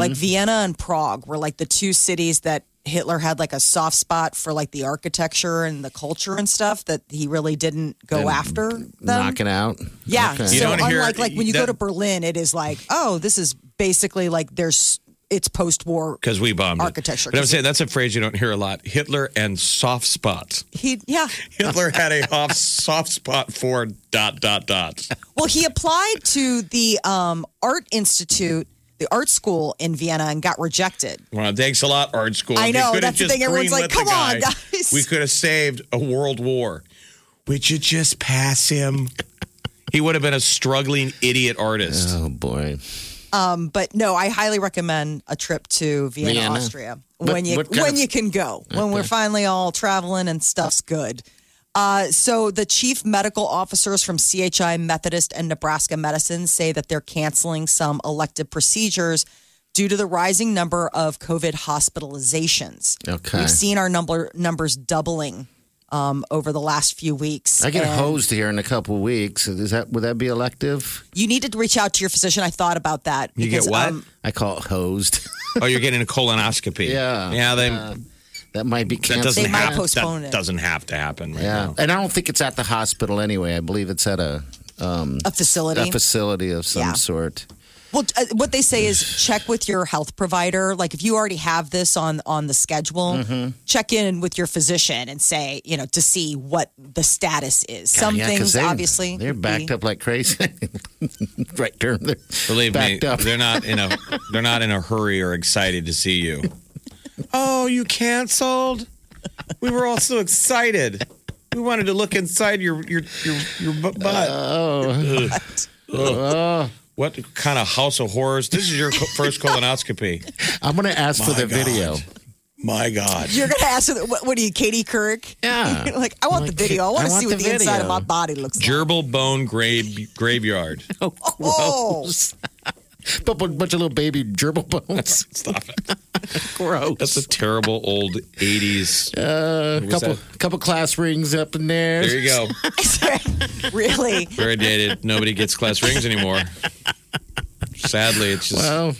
D: Like Vienna and Prague were like the two cities that Hitler had like a soft spot for like the architecture and the culture and stuff that he really didn't go after them.
C: Knocking out.
D: Yeah.
C: Okay.
E: You
D: So
E: don't hear-
D: unlike like when you
E: that-
D: go to Berlin, it is like, oh, this is basically like there's it's post-war.
E: Because we bombed it.
D: Architecture.
E: But I'm saying that's a phrase you don't hear a lot. Hitler and soft spot.
D: He yeah.
E: Hitler had a hof- soft spot for dot dot dot.
D: Well, he applied to the um, art institute, the art school in Vienna, and got rejected.
E: Wow, thanks a lot, art school.
D: I
E: We
D: know,
E: could've
D: that's the
E: just
D: thing. Everyone's like,
E: greenlit the
D: "Come on,
E: guy.
D: guys."
E: We could have saved a world war. Would you just pass him? he would have been a struggling idiot artist.
C: Oh boy.
D: Um, but no, I highly recommend a trip to Vienna,
C: Vienna.
D: Austria
C: What-
D: when you
C: what kind
D: when
C: of-
D: you can go when we're finally all traveling and stuff's good. Uh, so the chief medical officers from CHI Methodist and Nebraska Medicine say that they're canceling some elective procedures due to the rising number of COVID hospitalizations.
C: Okay.
D: we've seen our number numbers doubling um, over the last few weeks.
C: I get
D: And-
C: hosed here in a couple of weeks. Is that would that be elective?
D: You need to reach out to your physician. I thought about that. um,
E: You get what?
C: I call it hosed.
E: oh, you're getting a colonoscopy.
C: Yeah.
E: yeah. They
C: that might be
E: that
C: canceled.
E: doesn't
D: might
E: have
D: postpone
E: that
D: it.
E: Doesn't have to happen right
C: yeah.
E: now.
C: And I don't think it's at the hospital anyway. I believe it's at a
D: a facility.
C: a facility of some
D: Yeah.
C: sort.
D: Well, uh, what they say is check with your health provider. Like if you already have this on on the schedule,
C: Mm-hmm.
D: check in with your physician and say, you know, to see what the status is. Some
C: Yeah, 'cause
D: things
C: they-
D: obviously
C: They're
D: would
C: backed
D: be-
C: up like crazy. right term. They're
E: Believe
C: backed
E: me,
C: up.
E: they're not in a they're not in a hurry or excited to see you. oh, you canceled? We were all so excited. We wanted to look inside your your your, your bu- butt.
C: Oh.
E: Ugh. What kind of house of horrors? This is your co- first colonoscopy.
C: I'm going to ask for the video.
E: My God.
D: You're gonna ask what, what are you, Katie Kirk?
C: Yeah.
D: like I want
C: Like,
D: the video. I want to
C: I
D: see
C: want
D: what the,
C: the
D: inside of my
C: video.
D: body looks like.
E: Gerbil bone grave, graveyard.
D: Oh,
C: But a bunch of little baby gerbil bones.
E: Stop it.
C: Gross.
E: That's a terrible old 80s.
C: Uh,
E: was
C: couple couple class rings up in there.
E: There you go.
D: really?
E: Very dated. Nobody gets class rings anymore. Sadly, it's just.
C: Well,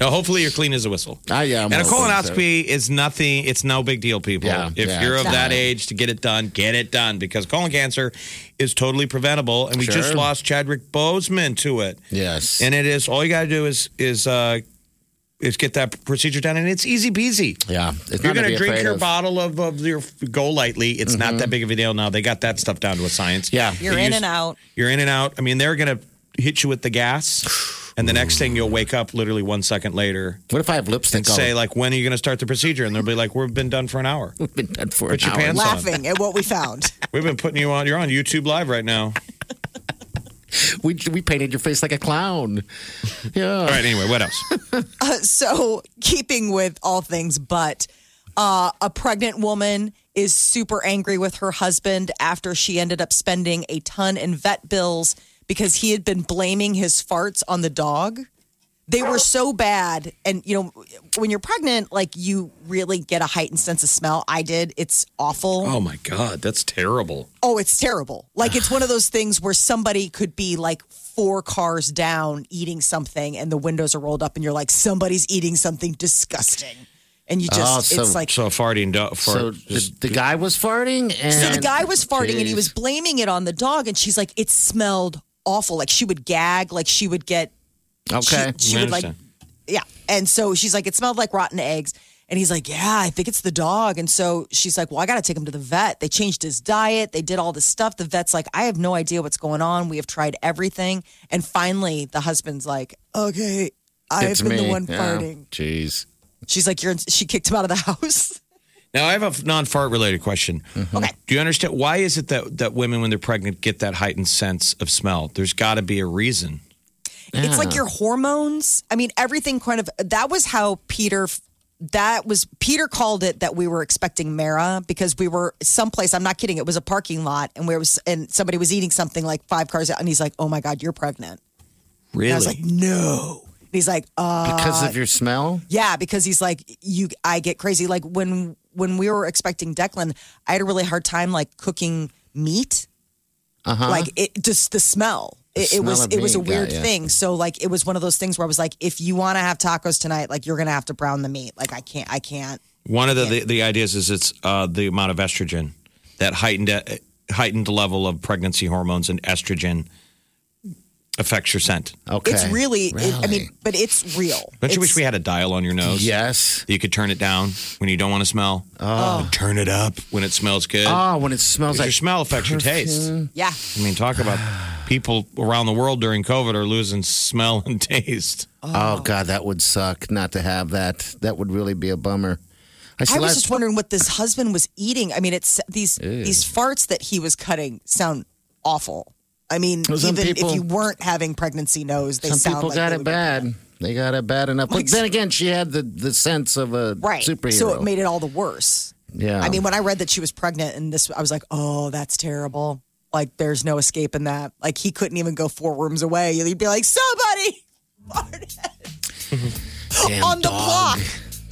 E: No, hopefully you're clean as a whistle.
C: I am.
E: and a
C: hoping
E: colonoscopy is nothing, it's no big deal, people.
C: Yeah,
E: if
C: yeah,
E: you're
C: it's
E: of that
C: not.
E: age to get it done, get it done because colon cancer is totally preventable. And we just
C: Sure.
E: lost Chadwick Bozeman to it.
C: so. Yes.
E: And it is all you got to do is is uh, is get that procedure done, and it's easy peasy.
C: yeah. It's
E: You're
C: not
E: going
C: be
E: to drink
C: afraid
E: your
C: of. Mm-hmm.
E: bottle of, of your Go Lightly. It's not that big of a deal now. They got that stuff down to a science.
C: Yeah.
D: You're
E: They
D: in
E: use-
D: and out.
E: You're in and out. I mean, they're going to hit you with the gas, and the next thing you'll wake up literally one second later
C: What if I have lipstick on?
E: say like when are you going to start the procedure and they'll be like we've been done for an hour
C: We've been done for
E: Put
C: an
E: your
C: hour.
E: pants on.
D: Laughing at what we found.
E: we've been putting you on you're on youtube live right now
C: We, we painted your face like a clown. Yeah.
E: all right anyway what else
D: so keeping with all things but uh, a pregnant woman is super angry with her husband after she ended up spending a ton in vet bills because he had been blaming his farts on the dog they were so bad and you know when you're pregnant like you really get a heightened sense of smell i did it's awful
E: oh my god that's terrible
D: Oh, it's terrible. Like it's one of those things where somebody could be like four cars down eating something and the windows are rolled up and you're like, somebody's eating something disgusting. And you just,
C: Oh, so-
D: it's like, so,
E: so farting do-
C: So
E: fart,
C: the, the guy was farting, and
D: the guy was farting and he
C: Jeez.
D: was blaming it on the dog. And she's like, it smelled awful. Like she would gag, like she would get, she-
C: okay.
D: she,
E: I
D: would like,
E: understand.
D: yeah. And so she's like, it smelled like rotten eggs. And he's like, yeah, I think it's the dog. And so she's like, well, I got to take him to the vet. They changed his diet. They did all this stuff. The vet's like, I have no idea what's going on. We have tried everything. And finally, the husband's like, okay, I
C: It's
D: have been
C: me.
D: the one
C: Yeah.
D: farting.
C: Jeez.
D: She's like, you're, in, she kicked him out of the house.
E: now i have a non-fart related question
D: Okay.
E: do you understand why is it that that women when they're pregnant get that heightened sense of smell there's got to be a reason
D: It's like your hormones. I mean, everything kind of that was how Peter that was Peter called it that we were expecting Mara because we were someplace, I'm not kidding, it was a parking lot and where was and somebody was eating something like five cars out and he's like, Oh my god, you're pregnant.
E: really
D: And I was like, No. And he's like, uh
C: Because of your smell?
D: yeah, because he's like, You I get crazy. Like when when we were expecting Declan, I had a really hard time like cooking meat. Uh-huh. Like it just the smell. It, it
C: smell
D: was
C: of
D: it was a
C: meat, yeah,
D: weird
C: yeah.
D: thing. So like it was one of those things where I was like, if you want to have tacos tonight, like you're gonna have to brown the meat. Like I can't, I can't.
E: One of the, the, the ideas is it's uh, the amount of estrogen, that heightened uh, heightened level of pregnancy hormones and estrogen affects your scent.
C: Okay.
D: It's really, it- I mean,
C: Really?
D: but it's real.
E: Don't you
D: It's-
E: wish we had a dial on your nose?
C: Yes.
E: that You could turn it down when you don't want to smell. Oh. Turn it up when it smells good.
C: Oh, when it smells
E: 'Cause
C: like
E: your smell affects your taste.
D: Yeah.
E: I mean, talk about people around the world during COVID are losing smell and taste.
C: Oh. God, that would suck not to have that. That would really be a bummer. see
D: I was
C: last-
D: just wondering what this husband was eating. I mean, it's these these farts that he was cutting sound awful. I mean,
C: Well, some
D: even
C: people-
D: if you weren't having pregnancy nose, they
C: some
D: sound
C: people
D: like
C: got
D: they
C: it
D: would-
C: bad. They got it bad enough.
D: Like-
C: but then again, she had the, the sense of a
D: right?
C: superhero.
D: So it made it all the worse.
C: yeah.
D: I mean, when I read that she was pregnant and this, I was like, oh, that's terrible. Like, there's no escaping that. Like, he couldn't even go four rooms away. He'd be like, somebody
C: Damn
D: on the block,
C: dog.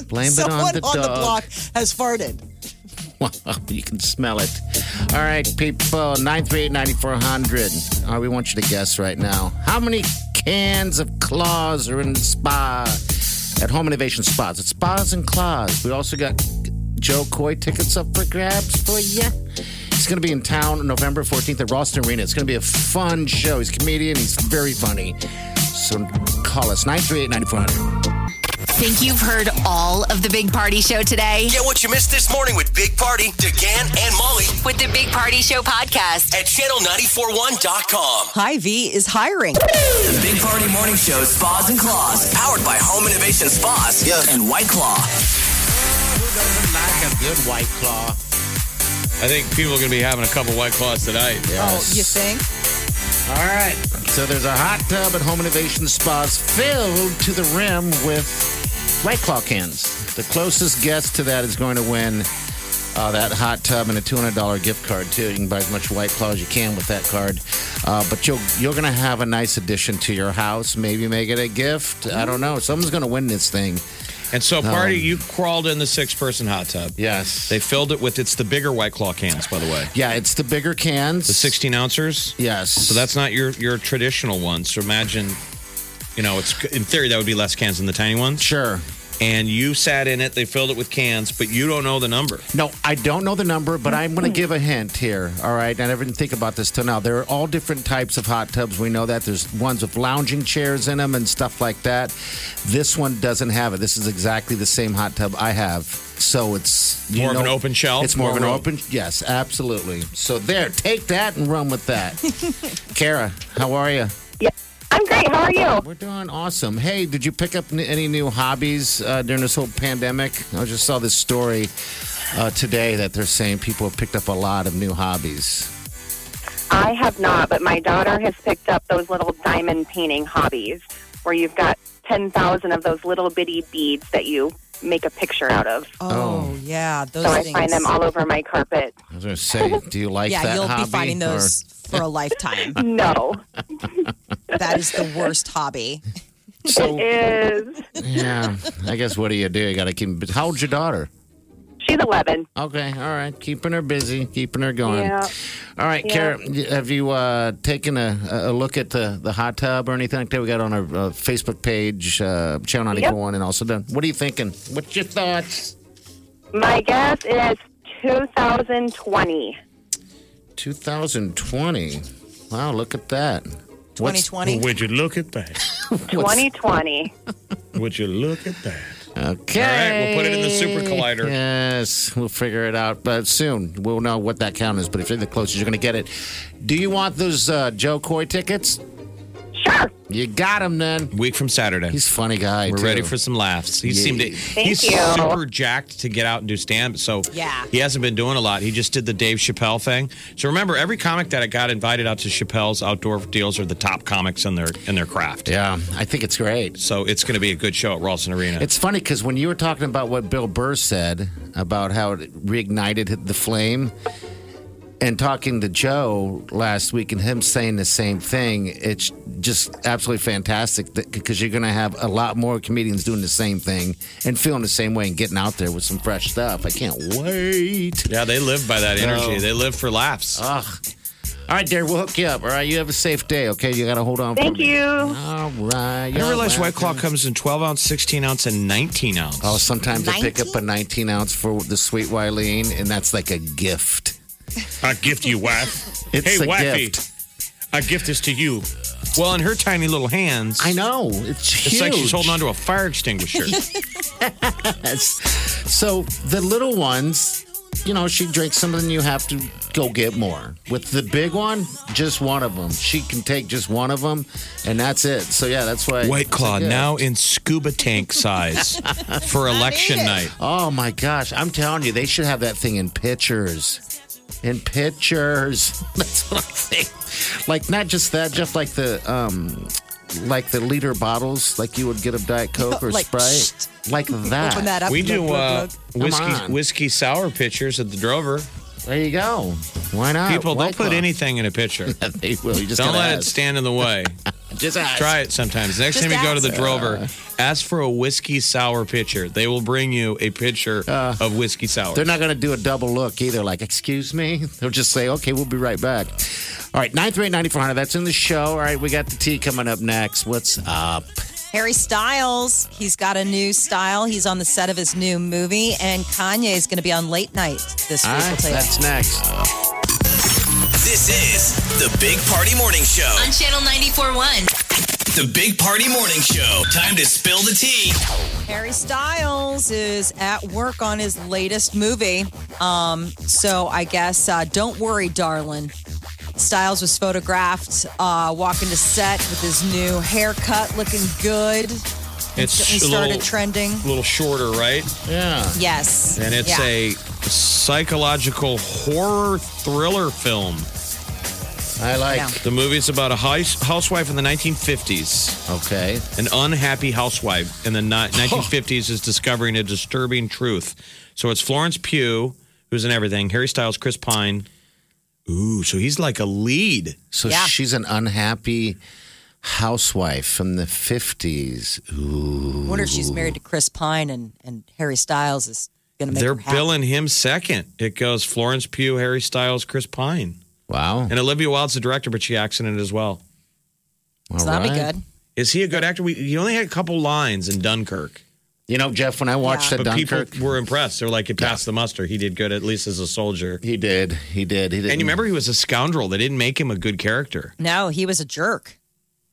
C: Blame it
D: someone
C: on
D: on the,
C: the dog.
D: block has farted.
C: you can smell it. All right, people, 938-9400. All right, Uh, we want you to guess right now. How many cans of claws are in the spa at Home Innovation Spas? It's spas and claws. We also got Joe Coy tickets up for grabs for you. He's going to be in town November 14th at Ralston Arena. It's going to be a fun show. He's a comedian. He's very funny. So call us, 938-9400.
B: Think you've heard all of the Big Party Show today?
F: Get what you missed this morning with Big Party, DeGan, and Molly
B: With the Big Party Show podcast.
F: at channel941.com.
D: High V is hiring.
F: The Big Party Morning Show, Spas and Claws, powered by Home Innovation Spas and White Claw.
C: Like a good white claw.
E: I think people are going to be having a couple white claws tonight.
D: Oh, you think?
C: All right. So there's a hot tub at Home Innovation Spas filled to the rim with White Claw cans. The closest guest to that is going to win uh, that hot tub and a $200 gift card, too. You can buy as much White Claw as you can with that card. Uh, but you'll, you're going to have a nice addition to your house. Maybe make it a gift. I don't know. Someone's going to win this thing.
E: And so, party, you crawled in the six person hot tub.
C: Yes.
E: They filled it with, it's the bigger white claw cans, by the way.
C: yeah, it's the bigger cans.
E: The 16 ouncers.
C: Yes.
E: So that's not your, your traditional one. So imagine, you know, it's in theory that would be less cans than the tiny ones.
C: Sure.
E: And you sat in it, they filled it with cans, but you don't know the number.
C: No, I don't know the number, but I'm going to give a hint here. All right. I never didn't think about this till now. There are all different types of hot tubs. We know that. There's ones with lounging chairs in them and stuff like that. This one doesn't have it. This is exactly the same hot tub I have. So it's you
E: More of
C: know-
E: an open shell?
C: It's more, of an
E: More room?
C: open. Yes, absolutely. So there, take that and run with that. Kara, how are you?
H: I'm great. How are you?
C: We're doing awesome. Hey, did you pick up n- any new hobbies uh, during this whole pandemic? I just saw this story uh, today that they're saying people have picked up a lot of new hobbies.
H: I have not, but my daughter has picked up those little diamond painting hobbies where you've got 10,000 of those little bitty beads that you make a picture out of.
D: Oh, yeah, those
H: So I
D: things.
H: find them all over my carpet.
C: I was going to say, do you like
D: yeah,
C: that
D: you'll
C: hobby?
D: be finding those for a lifetime.
H: No,
D: that is the worst hobby.
C: Or- so,
H: is
C: yeah, I guess what do you do? You got to keep. but How old's your daughter?
H: she's 11.
C: Okay, all right, keeping her busy, keeping her going.
H: Yeah.
C: All right,
H: Yeah.
C: Kara, have you uh, taken a, a look at the, the hot tub or anything like that? We got on our uh, Facebook page, uh, Channel 941, and also done. What are you thinking? What's your thoughts?
H: My guess is 2020.
C: 2020. Wow, look at that. What's-
D: 2020.
E: Would you look at that?
H: 2020.
E: Would you look at that?
C: Okay.
E: All right, we'll put it in the super collider.
C: Yes, we'll figure it out, but soon we'll know what that count is. But if you're the closest, you're going to get it. Do you want those uh, Joe Coy tickets?
H: Sure.
C: You got them then.
E: Week from Saturday.
C: He's a funny guy.
E: We're
C: too.
E: ready for some laughs. He seemed to, he's
H: you.
E: super jacked to get out and do stand. So
D: Yeah.
E: he hasn't been doing a lot. He just did the Dave Chappelle thing. So remember, every comic that got invited out to Chappelle's outdoor deals are the top comics in their in their craft.
C: Yeah, I think it's great.
E: So it's going to be a good show at Ralston Arena.
C: It's funny because when you were talking about what Bill Burr said about how it reignited the flame, and talking to Joe last week and him saying the same thing, it's just absolutely fantastic because you're going to have a lot more comedians doing the same thing and feeling the same way and getting out there with some fresh stuff. I can't wait.
E: Yeah, they live by that energy.
C: No. Ah.
E: They live for laughs.
C: Ugh. All right, Derek, we'll hook you up. All right, you have a safe day, okay? You got to hold on.
H: Thank
C: for me.
H: you.
C: All right.
E: I didn't realize White Claw comes in 12 ounce, 16 ounce, and 19 ounce.
C: Oh, sometimes I pick up a 19 ounce for the sweet Wileen, and that's like a gift.
E: I gift you, wife.
C: It's
E: hey,
C: a
E: wifey,
C: gift.
E: I gift this to you. Well, in her tiny little hands,
C: I know. It's huge.
E: it's like she's holding onto a fire extinguisher.
C: So the little ones, you know, she drinks something, you have to go get more. With the big one, just one of them. She can take just one of them, and that's it. So yeah, that's why
E: White Claw
C: Yeah.
E: now in scuba tank size for election night.
C: Oh my gosh, I'm telling you, they should have that thing in pictures. In pictures, that's what I think. Like not just that, just like the um, like the liter bottles, like you would get of Diet Coke or
D: Like,
C: Sprite,
D: psht.
C: like that.
D: Open that up.
E: We
D: Look,
E: do
D: look,
E: uh,
D: look.
C: Come
E: whiskey
C: on.
E: whiskey sour pitchers at the Drover.
C: There you go. Why not?
E: People
C: Oh, White
E: don't put
C: Claw.
E: anything in a pitcher.
C: They will. You just
E: Don't
C: gotta
E: let it
C: ask.
E: stand in the way.
C: Just ask.
E: Try it sometimes. Next
D: Just
E: time you go to
D: ask.
E: the Drover, ask for a whiskey sour pitcher. They will bring you a pitcher of whiskey sour.
C: Uh. They're not going to do a double look either. Like, excuse me. They'll just say, okay, we'll be right back. All right, 938-9400. That's in the show. All right, we got the tea coming up next. What's up?
D: Harry Styles, he's got a new style. He's on the set of his new movie, and Kanye is going to be on late night this week.
C: All
D: We'll
C: right,
D: tell you.
C: Ah, that's next.
F: This is the Big Party Morning Show.
B: On Channel 94.1.
F: The Big Party Morning Show. Time to spill the tea.
D: Harry Styles is at work on his latest movie. Um, so I guess uh, don't worry, darling. Styles was photographed uh, walking to set with his new haircut, looking good.
E: it's
D: He
E: a
D: started
E: little,
D: trending.
E: little shorter, right?
C: Yeah.
D: Yes,
E: And it's
D: Yeah.
E: a psychological horror thriller film.
C: I like.
D: Yeah.
E: The movie's about a house, housewife in the 1950s.
C: Okay.
E: An unhappy housewife in the ni- 1950s is discovering a disturbing truth. So it's Florence Pugh, who's in everything, Harry Styles, Chris Pine. Ooh, so he's like a lead.
C: So
D: Yeah.
C: she's an unhappy housewife from the 50s.
D: I wonder if she's married to Chris Pine and, and Harry Styles is going to make
E: They're
D: her happy.
E: billing him second. It goes Florence Pugh, Harry Styles, Chris Pine.
C: Wow.
E: And Olivia Wilde's the director, but she acts in it as well.
D: So that'll be good.
E: Is he a good actor? We, he only had a couple lines in Dunkirk.
C: You know, Jeff, when I watched
D: Yeah.
C: that
E: But
C: Dunkirk,
E: people were impressed. They're like, it passed the muster. He did good, at least as a soldier.
C: he did. He did. He did.
E: And you remember he was a scoundrel. They didn't make him a good character.
D: No, he was a jerk.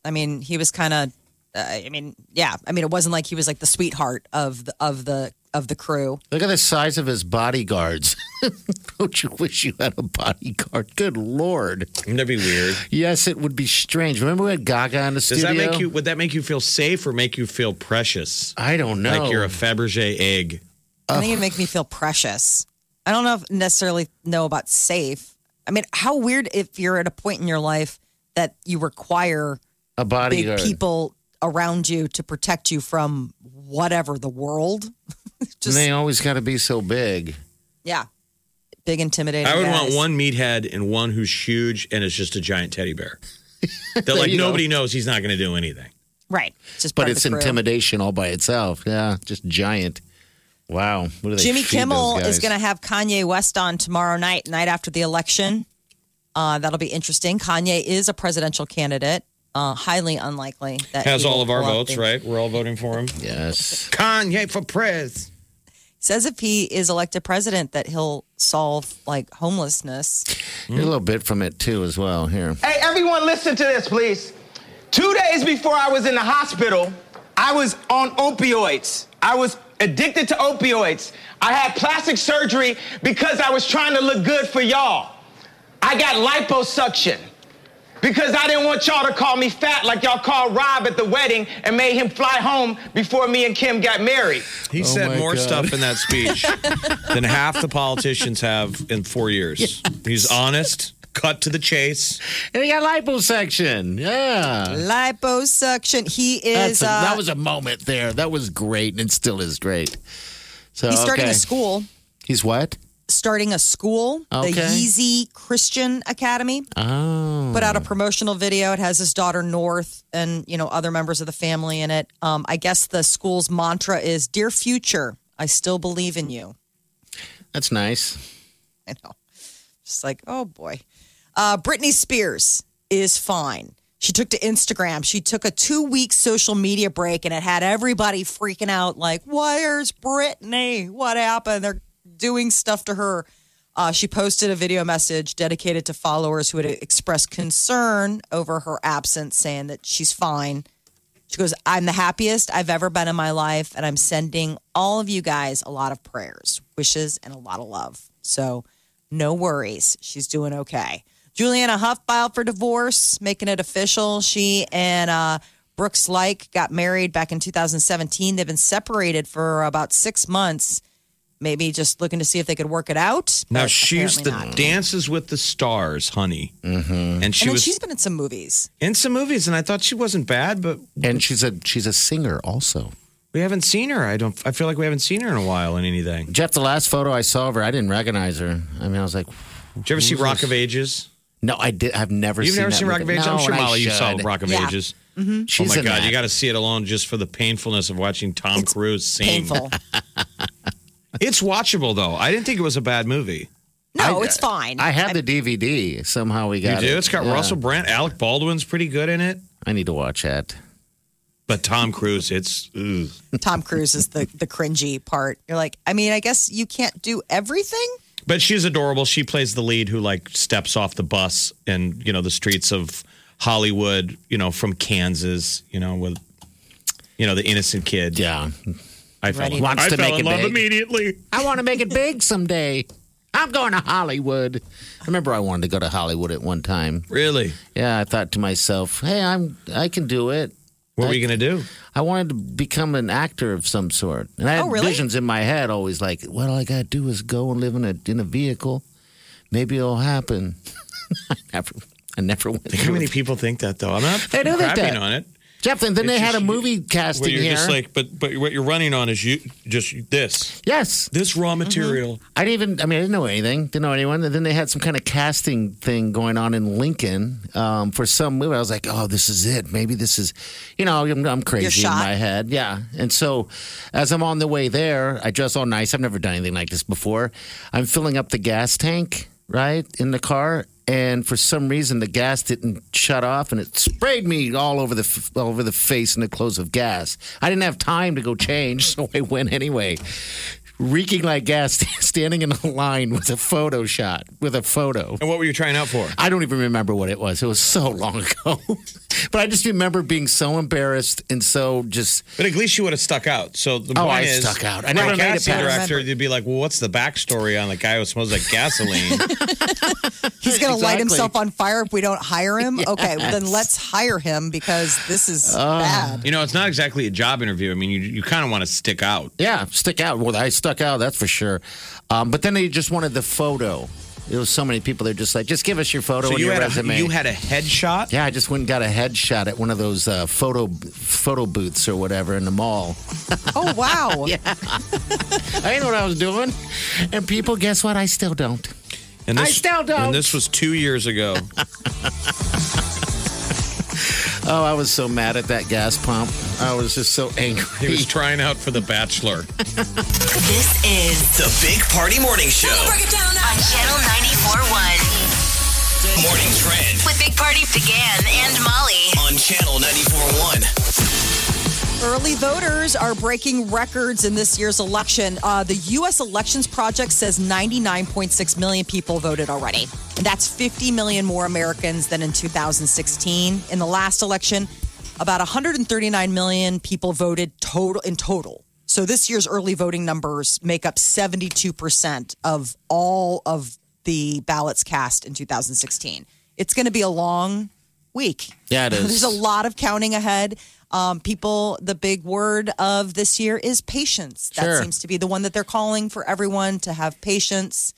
D: I mean, he was kind of. Uh, I mean, yeah. I mean, it wasn't like he was like the sweetheart of the of the of the crew.
C: Look at the size of his bodyguards. Don't you wish you had a bodyguard? Good Lord.
E: Wouldn't that be weird?
C: Yes, it would be strange. Remember we had Gaga in the
E: Does
C: studio?
E: that make you? Would that make you feel safe or make you feel precious?
C: I don't know.
E: Like you're a Fabergé egg.
D: I think it make me feel precious. I don't know if necessarily know about safe. I mean, how weird if you're at a point in your life that you require
C: a
D: big
C: bodyguard.
D: people around you to protect you from whatever the world.
C: And
D: Just
C: they always got to be so big.
D: yeah, big intimidating.
E: I would want
D: guys.
E: one meathead and one who's huge and is just a giant teddy bear. That like
C: you go.
E: nobody knows he's not going to do anything.
D: right. Just
C: But
D: part of
C: it's
D: the crew.
C: intimidation all by itself. Yeah, just giant. Wow. What do they
D: Jimmy
C: feed
D: Kimmel
C: those
D: is
C: guys?
D: going to have Kanye West on tomorrow night, night after the election. Uh, that'll be interesting. Kanye is a presidential candidate. Uh, highly unlikely that
E: Has
D: he will
E: all of our
D: pull off
E: votes,
D: the-
E: right? We're all voting for him.
C: Yes.
E: Kanye for prez.
D: Says if he is elected president, that he'll solve like homelessness.
C: A little bit from it too, as well. Here.
I: Hey, everyone, listen to this, please. Two days before I was in the hospital, I was on opioids. I was addicted to opioids. I had plastic surgery because I was trying to look good for y'all. I got liposuction because I didn't want y'all to call me fat like y'all called Rob at the wedding and made him fly home before me and Kim got married.
E: He
C: Oh my
E: said more
C: God.
E: stuff in that speech than half the politicians have in four years. He's honest, cut to the chase.
C: And he got liposuction. Yeah.
D: Liposuction. He is.
C: That's a-
D: uh,
C: that was a moment there. That was great, and it still is great. So
D: uh, he's starting
C: okay.
D: a school.
C: He's what?
D: starting a school, the
C: Okay.
D: Yeezy Christian Academy.
C: Oh.
D: put out a promotional video. It has his daughter North and you know other members of the family in it. Um, I guess the school's mantra is "Dear future, I still believe in you."
C: That's nice.
D: I know, just like oh boy. Uh, Britney Spears is fine. She took to Instagram. She took a two week social media break, and it had everybody freaking out. Like, where's Britney? What happened? They're doing stuff to her. Uh, she posted a video message dedicated to followers who had expressed concern over her absence, saying that she's fine. She goes, I'm the happiest I've ever been in my life, and I'm sending all of you guys a lot of prayers, wishes, and a lot of love. So, no worries. She's doing okay. Juliana Huff filed for divorce, making it official. She and uh, Brooks Like got married back in 2017. They've been separated for about six months, maybe just looking to see if they could work it out.
E: Now
D: but
E: she's the
D: apparently not.
E: Dances with the Stars, honey, mm-hmm. and she
D: And then
E: was
D: she's been in some movies.
E: in some movies, and I thought she wasn't bad, but
C: And she's a she's a singer also.
E: we haven't seen her. I don't. I feel like we haven't seen her in a while in anything.
C: Jeff, the last photo I saw of her, I didn't recognize her. I mean, I was like,
E: Did you ever see Rock of Ages?
C: no, I did. I've never.
E: You've
C: seen
E: never
C: that
E: seen Rock of
C: movie.
E: Ages.
C: No,
E: I'm sure
C: and I
E: Molly, you saw
C: should.
E: Rock of
D: Yeah.
E: Ages.
C: She's
E: oh my
C: in
E: God,
C: that.
E: you got to see it alone just for the painfulness of watching Tom Cruise sing.
D: Painful.
E: It's watchable though. I didn't think it was a bad movie.
D: No, it's fine.
C: I have the DVD. Somehow we
E: You
C: got
E: do.
C: it.
E: It's got
C: Yeah.
E: Russell Brand, Alec Baldwin's pretty good in it,
C: I need to watch that.
E: but Tom Cruise, it's ugh.
D: Tom Cruise is the the cringy part. You're like, I mean, I guess you can't do everything.
E: But she's adorable. She plays the lead who like steps off the bus and you know the streets of Hollywood, you know, from Kansas, you know, with you know the innocent kid.
C: Yeah,
E: I fell, in,
C: Wants
E: I
C: to
E: fell
C: make
E: in
C: it
E: love
C: big.
E: immediately.
C: I want to make it big someday. I'm going to Hollywood. I remember I wanted to go to Hollywood at one time.
E: Really?
C: Yeah, I thought to myself, "Hey, I'm I can do it."
E: What were you gonna do?
C: I wanted to become an actor of some sort, and I had
D: Oh, really?
C: visions in my head always like, "What all I got to do is go and live in a in a vehicle. Maybe it'll happen." I never, I never went.
E: How
C: through
E: many
C: it.
E: people think that though? I'm not
C: They do think
E: crapping
C: that.
E: on it.
C: Jeff, and then
E: It's
C: they had
E: just-
C: a movie casting
E: Where you're
C: here.
E: just like, but but what you're running on is you just this
C: yes,
E: this raw material.
C: I didn't even. I mean, I didn't know anything. Didn't know anyone. And then they had some kind of casting thing going on in Lincoln um, for some movie. I was like, "Oh, this is it. Maybe this is." You know, I'm, I'm crazy in
D: shot.
C: my head. Yeah. And so, as I'm on the way there, I dress all nice. I've never done anything like this before. I'm filling up the gas tank right in the car, and for some reason, the gas didn't shut off, and it sprayed me all over the f- all over the face and the clothes of gas. I didn't have time to go change, so I went anyway reeking like gas, standing in a line with a photo shot, with a photo.
E: And what were you trying out for?
C: I don't even remember what it was. It was so long ago. but I just remember being so embarrassed and so just,
E: But at least you would have stuck out. So the
C: Oh,
E: point
C: I
E: is,
C: stuck out. I
E: for a
C: never made it
E: casting
C: past-
E: director, you'd be like, "Well, what's the backstory on the guy who smells like gasoline?"
D: He's going to light
C: Exactly.
D: himself on fire if we don't hire him. Okay, well, then let's hire him because this is bad.
E: you know, it's not exactly a job interview. I mean, you you kind of want to stick out.
C: yeah, stick out. Well, I stuck out, that's for sure. Um, but then they just wanted the photo. There was so many people. They're just like, just give us your photo
E: So
C: and
E: you
C: your
E: had
C: resume.
E: a you had a headshot.
C: yeah, I just went and got a headshot at one of those uh, photo photo booths or whatever in the mall.
D: Oh wow!
C: I didn't know what I was doing. And people, guess what? I still don't.
E: And
C: I still don't.
E: And this was two years ago.
C: Oh, I was so mad at that gas pump. I was just so angry.
E: he was trying out for The Bachelor.
B: This is
F: The Big Party Morning Show.
B: on Channel 94.1
F: Morning Trend
B: with Big Party began and Molly.
F: on Channel 94.1.
D: Early voters are breaking records in this year's election. Uh, the U.S. Elections Project says 99.6 million people voted already. And that's 50 million more Americans than in 2016. In the last election, about 139 million people voted total in total. So this year's early voting numbers make up 72% of all of the ballots cast in 2016. It's going to be a long week.
C: Yeah, it is.
D: There's a lot of counting ahead. Um, people, the big word of this year is patience. That
C: Sure.
D: seems to be the one that they're calling for everyone to have patience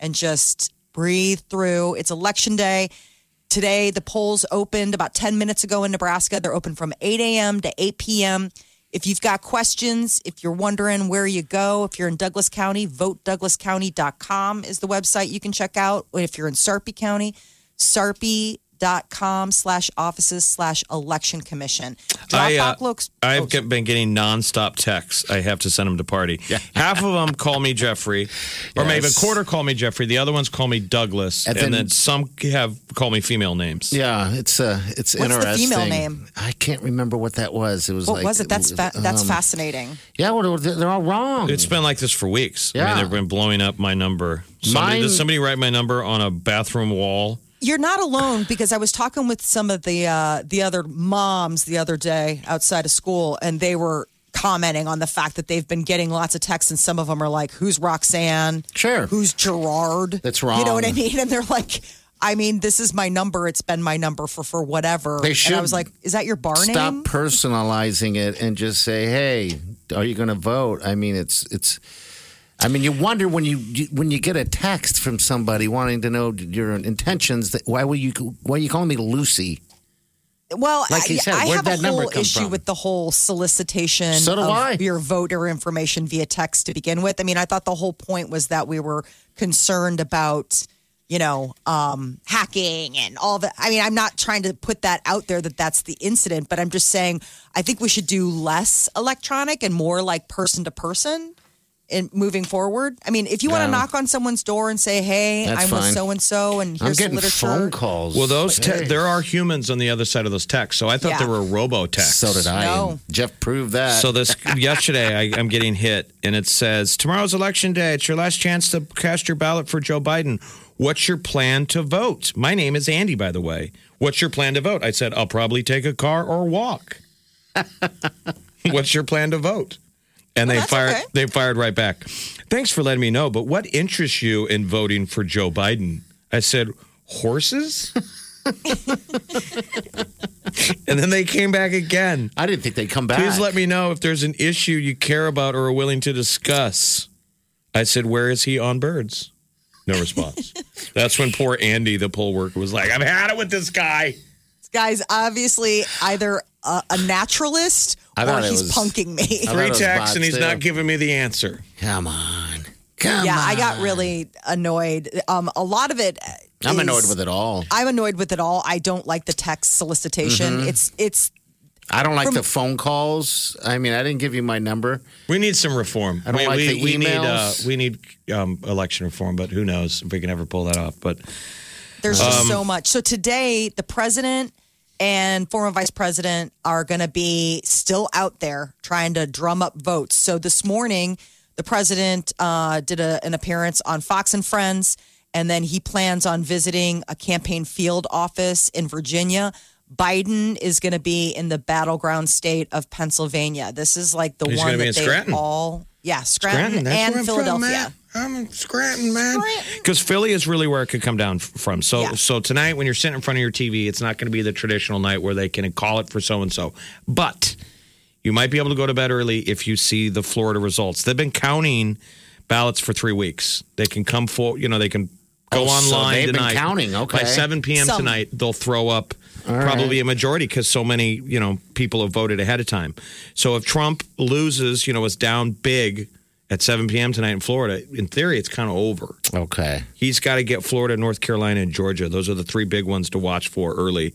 D: and just breathe through. It's election day. Today, the polls opened about 10 minutes ago in Nebraska. They're open from 8 a.m. to 8 p.m. If you've got questions, if you're wondering where you go, if you're in Douglas County, votedouglascounty.com is the website you can check out. Or If you're in Sarpy County, sarpy.com slash offices slash election commission.
E: I,
D: Dropbox
E: uh,
D: looks. oh,
E: I've get- been getting nonstop texts. I have to send them to party. Half of them call me Jeffrey, or maybe a
C: Yes.
E: quarter call me Jeffrey. The other ones call me Douglas, and,
C: And
E: then,
C: then-
E: some have call me female names.
C: Yeah, it's uh,
D: What's
C: it's
D: the
C: interesting.
D: female name?
C: I can't remember what that was. It was
D: what
C: like
D: was it? That's fa- that's
C: um,
D: fascinating.
C: Yeah, well, they're they're all wrong.
E: It's been like this for weeks. I
C: Yeah.
E: mean, they've been blowing up my number. Somebody,
C: Mine-
E: did somebody write my number on a bathroom wall?
D: You're not alone because I was talking with some of the uh, the other moms the other day outside of school, and they were commenting on the fact that they've been getting lots of texts, and some of them are like, "Who's Roxanne?
C: Sure.
D: Who's Gerard?
C: That's
D: You know what I
C: wrong.
D: mean?" And they're like. I mean, this is my number. It's been my number for for whatever.
C: They
D: And I
C: should
D: was like, "Is that your bar
C: Stop
D: name?"
C: personalizing it and just say, "Hey, are you going to vote?" I mean, it's it's. I mean, you wonder when you you- when you get a text from somebody wanting to know your intentions. That why were you why are you calling me Lucy?
D: Well,
C: Like
D: I,
C: he said,
D: I
C: where'd
D: have a
C: that number
D: whole
C: come
D: issue
C: from?
D: with the whole solicitation
C: So do
D: of
C: I.
D: your voter information via text to begin with. I mean, I thought the whole point was that we were concerned about, you know, um, hacking and all the. I mean, I'm not trying to put that out there that that's the incident, but I'm just saying I think we should do less electronic and more like person to person. In moving forward, I mean, if you want to
C: Yeah.
D: knock on someone's door and say, "Hey,
C: That's
D: I'm with
C: fine.
D: so and so, and
C: I'm
D: here's the
C: getting
D: literature,"
C: phone calls.
E: Well, those
C: Like,
E: te-
C: hey.
E: there are humans on the other side of those texts, so I thought
D: Yeah.
E: there were robo texts.
C: So did I.
D: No.
C: and Jeff proved that.
E: So this yesterday, I, I'm getting hit, and it says tomorrow's election day. It's your last chance to cast your ballot for Joe Biden. What's your plan to vote? My name is Andy, by the way. What's your plan to vote? I said I'll probably take a car or walk. What's your plan to vote? And they
D: that's
E: fired.
D: okay.
E: They fired right back. Thanks for letting me know. But what interests you in voting for Joe Biden? I said horses. and then they came back again.
C: I didn't think they'd come back.
E: Please let me know if there's an issue you care about or are willing to discuss. I said, Where is he on birds? No response. That's when poor Andy, the poll worker, was like, I've had it with this guy.
D: guy's obviously either a, a naturalist
C: I
D: or
C: thought it
D: he's
C: was-
D: punking me.
C: I thought
E: Three
C: it was
E: texts, and
C: bots,
E: he's
C: too.
E: not giving me the answer.
C: Come on, come
D: Yeah,
C: on.
D: I got really annoyed. Um, a lot of it.
C: I'm annoyed with it all.
D: I'm annoyed with it all. I don't like the text solicitation.
C: Mm-hmm.
D: It's it's
C: I don't like the phone calls. I mean, I didn't give you my number.
E: We need some reform.
C: I don't
E: we,
C: like
E: we,
C: the
E: we need uh,
C: emails.
E: we need um, election reform, but who knows if we can ever pull that off. But
D: there's
E: Um,
D: just so much. So today, the president and former vice president are going to be still out there trying to drum up votes. So this morning, the president uh, did a, an appearance on Fox and Friends, and then he plans on visiting a campaign field office in Virginia. Biden is going to be in the battleground state of Pennsylvania. This is like the
E: He's
D: one
E: gonna be
D: that
E: in
D: they
E: Scranton.
D: all, yeah,
E: Scranton,
D: Scranton,
E: that's
D: and
E: where I'm
D: Philadelphia.
E: From, man. I'm in Scranton, man. Because Philly is really where it could come down f- from. So,
D: Yeah.
E: so tonight when you're sitting in front of your TV, it's not going to be the traditional night where they can call it for so and so. But you might be able to go to bed early if you see the Florida results. They've been counting ballots for three weeks. They can come for you know they can go
C: Oh, so
E: online
C: they've been
E: tonight.
C: counting,
E: by
C: okay.
E: 7 p.m.
D: Some.
E: tonight they'll throw up probably a majority because so many you know people have voted ahead of time. So if Trump loses, you know, is down big at 7 p.m. tonight in Florida, in theory it's kind of over.
C: Okay.
E: He's got to get Florida, North Carolina, and Georgia. Those are the three big ones to watch for early.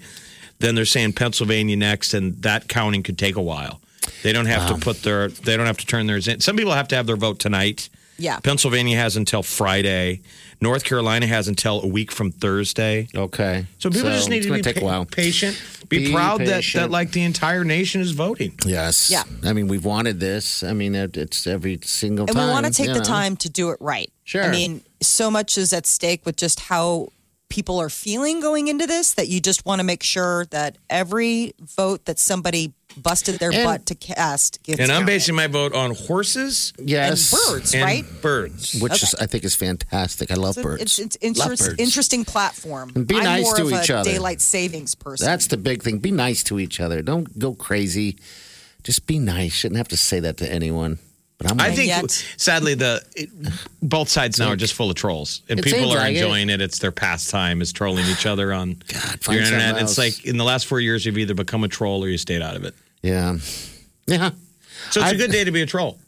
E: Then they're saying Pennsylvania next, and that counting could take a while. They don't have to put their, they don't have to turn theirs in. Some people have to have their vote tonight.
D: Yeah.
E: Pennsylvania has until Friday. North Carolina has until a week from Thursday.
C: Okay.
E: So people just need
C: it's
E: to
C: gonna
E: be
C: take a
E: pa-
C: while.
E: patient. Be,
C: Be
E: proud that that
C: patient.
E: like the entire nation is voting.
C: Yes.
D: Yeah.
C: I mean, we've wanted this. I mean, it, it's every single
D: and
C: time.
D: we want to take
C: you
D: the
C: know.
D: time to do it right.
C: Sure.
D: I mean, so much is at stake with just how people are feeling going into this that you just want to make sure that every vote that somebody busted their
C: And-
D: butt to cast gets
E: And I'm
D: counted.
E: basing my vote on horses
C: Yes.
D: and birds,
E: and
D: right?
E: birds.
C: Which is, I think is fantastic. I love birds.
D: It's it's
C: Love
D: interest,
C: birds.
D: interesting platform.
C: And be
D: I'm
C: nice
D: more
C: to
D: of
C: each
D: a
C: other.
D: Daylight savings person.
C: That's the big thing. Be nice to each other. Don't go crazy. Just be nice. Shouldn't have to say that to anyone. But I'm
E: I
C: like,
E: think,
D: yet-
E: sadly, the it, both sides now are just full of trolls, and
C: It
E: people
C: seems
E: are
C: like it.
E: enjoying it. It's their pastime is trolling each other on
C: find
E: your internet.
C: something
E: It's
C: else.
E: like in the last four years, you've either become a troll or you stayed out of it.
C: yeah, yeah.
E: So it's a
C: I-
E: good day to be a troll.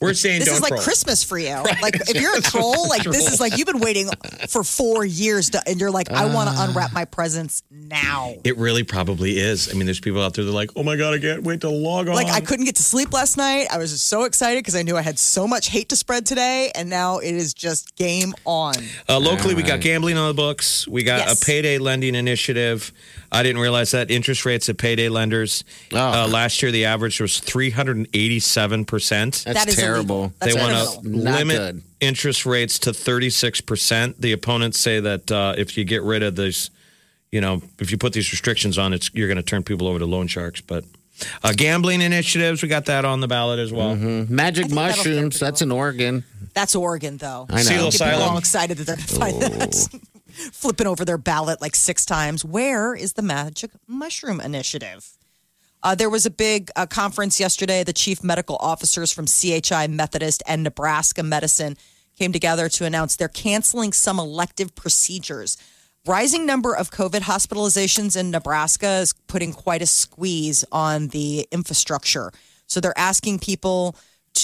E: We're saying
D: This
E: don't
D: is like
E: troll.
D: Christmas for you. Like if you're a troll, like this is like you've been waiting for four years, to, and you're like, I want
C: Uh.
D: to unwrap my presents now.
E: It really probably is. I mean, there's people out there that are like, oh my God, I can't wait to log on.
D: Like I couldn't get to sleep last night. I was just so excited because I knew I had so much hate to spread today, and now it is just game on.
E: Uh, locally, we got gambling on the books. We got
D: Yes.
E: a payday lending initiative. I didn't realize that interest rates at payday lenders
C: Oh.
E: uh, last year the average was three hundred and eighty-seven percent.
C: That's
D: That is illegal.
C: terrible.
D: That's
E: they want
D: criminal.
E: to
C: Not
E: limit
C: good.
E: interest rates to thirty-six percent. The opponents say that uh, if you get rid of these, you know, if you put these restrictions on, it's you're going to turn people over to loan sharks. But uh, gambling initiatives, we got that on the ballot as well.
C: Mm-hmm. Magic
D: think that'll scare
C: mushrooms. That's in Oregon.
D: That's Oregon, though.
C: I know.
E: Seal
C: Oh.
D: Get people
E: Asylum.
D: all excited that they're going to find this. Flipping over their ballot like six times. Where is the Magic Mushroom Initiative? Uh, there was a big uh, conference yesterday. The chief medical officers from CHI Methodist and Nebraska Medicine came together to announce they're canceling some elective procedures. Rising number of COVID hospitalizations in Nebraska is putting quite a squeeze on the infrastructure. So they're asking people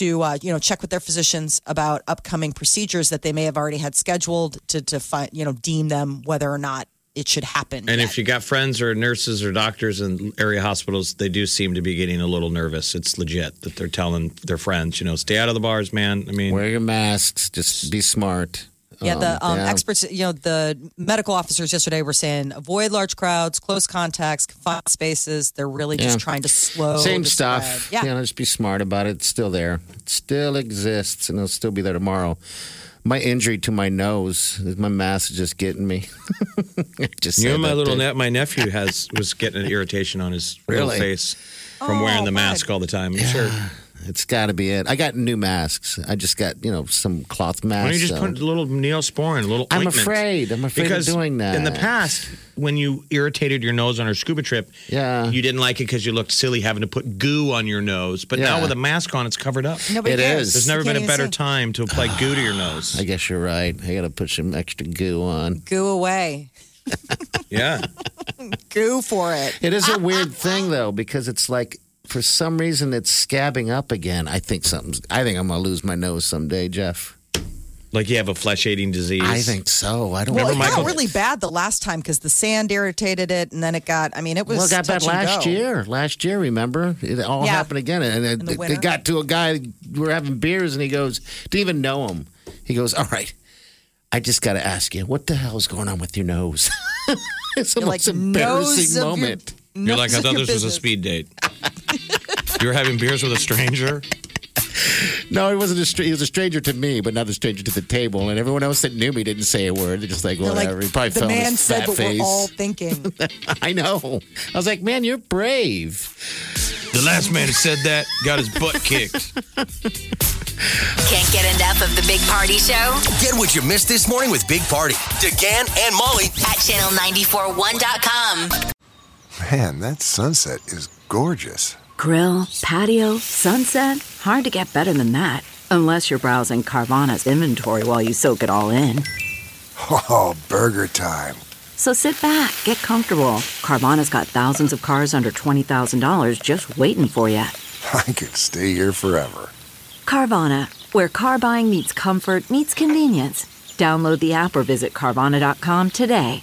D: to uh, you know check with their physicians about upcoming procedures that they may have already had scheduled to to find you know deem them whether or not it should happen.
E: And
D: yet.
E: if you got friends or nurses or doctors in area hospitals, they do seem to be getting a little nervous. It's legit that they're telling their friends, you know, stay out of the bars, man. I mean,
C: Wear your masks. Just be smart.
D: Yeah, the um,
C: yeah.
D: experts, you know, the medical officers yesterday were saying avoid large crowds, close contacts, confined spaces. They're really just
C: Yeah.
D: trying to slow.
C: Same
D: Oh, the
C: stuff.
D: spread.
C: You
D: Yeah.
C: know, just be smart about it. It's still there. It still exists and it'll still be there tomorrow. My injury to my nose, my mask is just getting me. just
E: you know,
C: said
E: my
C: that
E: little
C: too.
E: ne- my nephew has was getting an irritation on his
C: Really?
E: little face from wearing the mask all the time. Sure,
C: It's got to be it. I got new masks. I just got, you know, some cloth masks.
E: why don't you just
C: so-
E: put a little neosporin, a little?
C: I'm
E: ointment?
C: afraid. I'm afraid of
E: because
C: doing that.
E: in the past, when you irritated your nose on our scuba trip,
C: Yeah.
E: you didn't like it because you looked silly having to put goo on your nose. But now
C: Yeah.
E: with a mask on, it's covered up.
D: Nobody
C: It
D: cares.
C: is.
E: There's
D: You
E: never been
D: can't
E: a
D: even
E: better
D: see.
E: time to apply goo to your nose.
C: I guess you're right. I got to put some extra goo on.
D: Goo away.
E: Yeah.
D: Goo for it.
C: It is a weird thing though because it's like for some reason it's scabbing up again. I think something's. I think I'm gonna lose my nose someday, Jeff.
E: Like you have a flesh eating disease.
C: I think so. I don't.
D: Well, it
C: know.
D: got really bad the last time because the sand irritated it, and then it got. I mean, it was.
C: Well, it got
D: touch
C: bad
D: and
C: last
D: go.
C: year. Last year, remember? It all
D: Yeah.
C: happened again. And it,
D: the
C: it,
D: winter.
C: it got to a guy, we were having beers, and he goes, didn't even know him. He goes, All right, I just got to ask you, what the hell is going on with your nose? it's the
D: You're like,
C: most
D: nose of
C: embarrassing
D: your-
C: moment.
E: You're like, I
D: nose of
E: thought
D: your
E: this was a
D: business.
E: speed date. you were having beers with a stranger.
C: No, he wasn't a stranger. He was a stranger to me, but not a stranger to the table. And everyone else that knew me didn't say a word. They're just like,
D: They're
C: whatever.
D: Like,
C: he probably
D: the
C: fell on
D: man
C: his
D: said
C: fat
D: what
C: face.
D: we're all thinking.
C: I know. I was like, man, you're brave.
E: The last man who said that got his butt kicked.
B: Can't get enough of the Big Party Show
F: Get what you missed this morning with Big Party. DeGan and Molly
B: at channel941.com.
J: Man, that sunset is gorgeous.
K: Grill, patio, sunset. Hard to get better than that. Unless you're browsing Carvana's inventory while you soak it all in.
J: Oh, burger time.
K: So sit back, get comfortable. Carvana's got thousands of cars under $20,000 just waiting for you.
J: I could stay here forever.
K: Carvana, where car buying meets comfort, meets convenience. Download the app or visit Carvana.com today.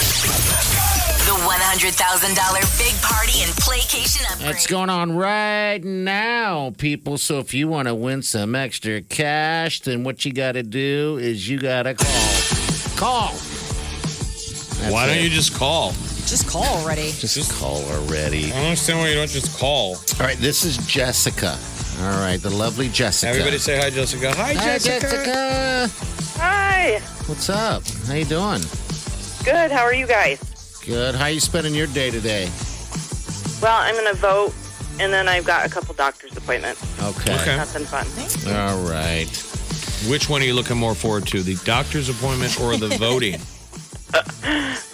B: The $100,000 Big Party and Playcation Upgrade.
C: That's going on right now, people. So if you want to win some extra cash, then what you got to do is you got to call. Call. That's
E: Why don't
C: it.
E: you just call?
D: Just call already.
C: just call already?
E: I don't understand why you don't just call.
C: All right, this is Jessica. All right, the lovely Jessica.
E: Everybody say hi, Jessica. Hi,
C: Hi,
E: Jessica.
C: Jessica.
L: Hi.
C: What's up? How you doing?
L: Good. How are you guys?
C: Good. How you spending your day today?
L: Well, I'm going to vote, and then I've got a couple doctor's appointments.
C: Okay.
L: Nothing fun.
C: All right.
E: Which one are you looking more forward to, the doctor's appointment or the voting?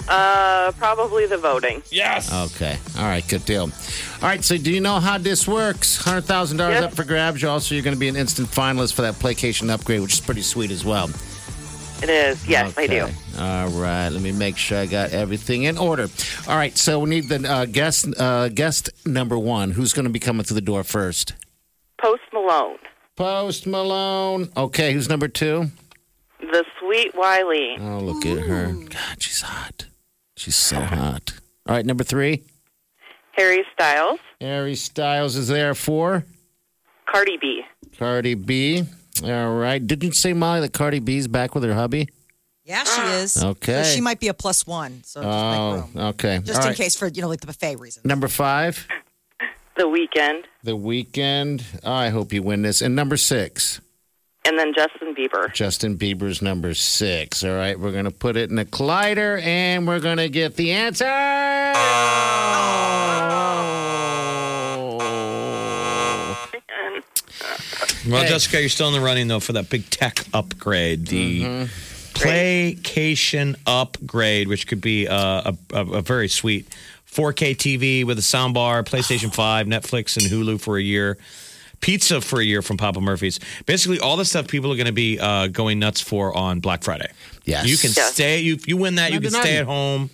L: Uh, probably the voting.
E: Yes.
C: Okay. All right. Good deal. All right. So, do you know how this works? Hundred thousand dollars up for grabs. You also you're going to be an instant finalist for that playcation upgrade, which is pretty sweet as well.
L: It is. Yes, I do.
C: All right. Let me make sure I got everything in order. All right. So we need the uh, guest uh, guest number one. Who's going to be coming through the door first?
L: Post Malone,
C: Post Malone. Okay. Who's number two?
L: the sweet Wiley.
C: Oh, look at her. God, she's hot. She's so hot. All right. Number three.
L: Harry Styles,
C: Harry Styles is there for
L: Cardi B.
C: Cardi B. All right. Didn't you say Molly that Cardi B's back with her hubby?
D: Yeah, she is.
C: Ah. Okay.
D: So she might be a plus one. So just,
C: oh, okay.
D: just
C: All
D: in
C: right.
D: case for, you know, like the buffet reason.
C: Number five.
L: The Weekend,
C: The weekend. Oh, I hope you win this. And number six,
L: and then Justin Bieber.
C: Justin Bieber's number six. All right, we're gonna put it in a collider, and we're gonna get the answer.
E: Oh. Well,
C: Hey.
E: Jessica, you're still in the running though for that big tech upgrade, the
C: Mm-hmm.
E: playcation upgrade, which could be uh, a, a, a very sweet 4K TV with a soundbar, PlayStation 5, Netflix, and Hulu for a year, pizza for a year from Papa Murphy's. Basically, all the stuff people are going to be uh, going nuts for on Black Friday.
C: Yes.
E: you can
C: Yes.
E: stay. You, if you win that, you
C: Not
E: can
C: denying
E: stay
C: it.
E: at home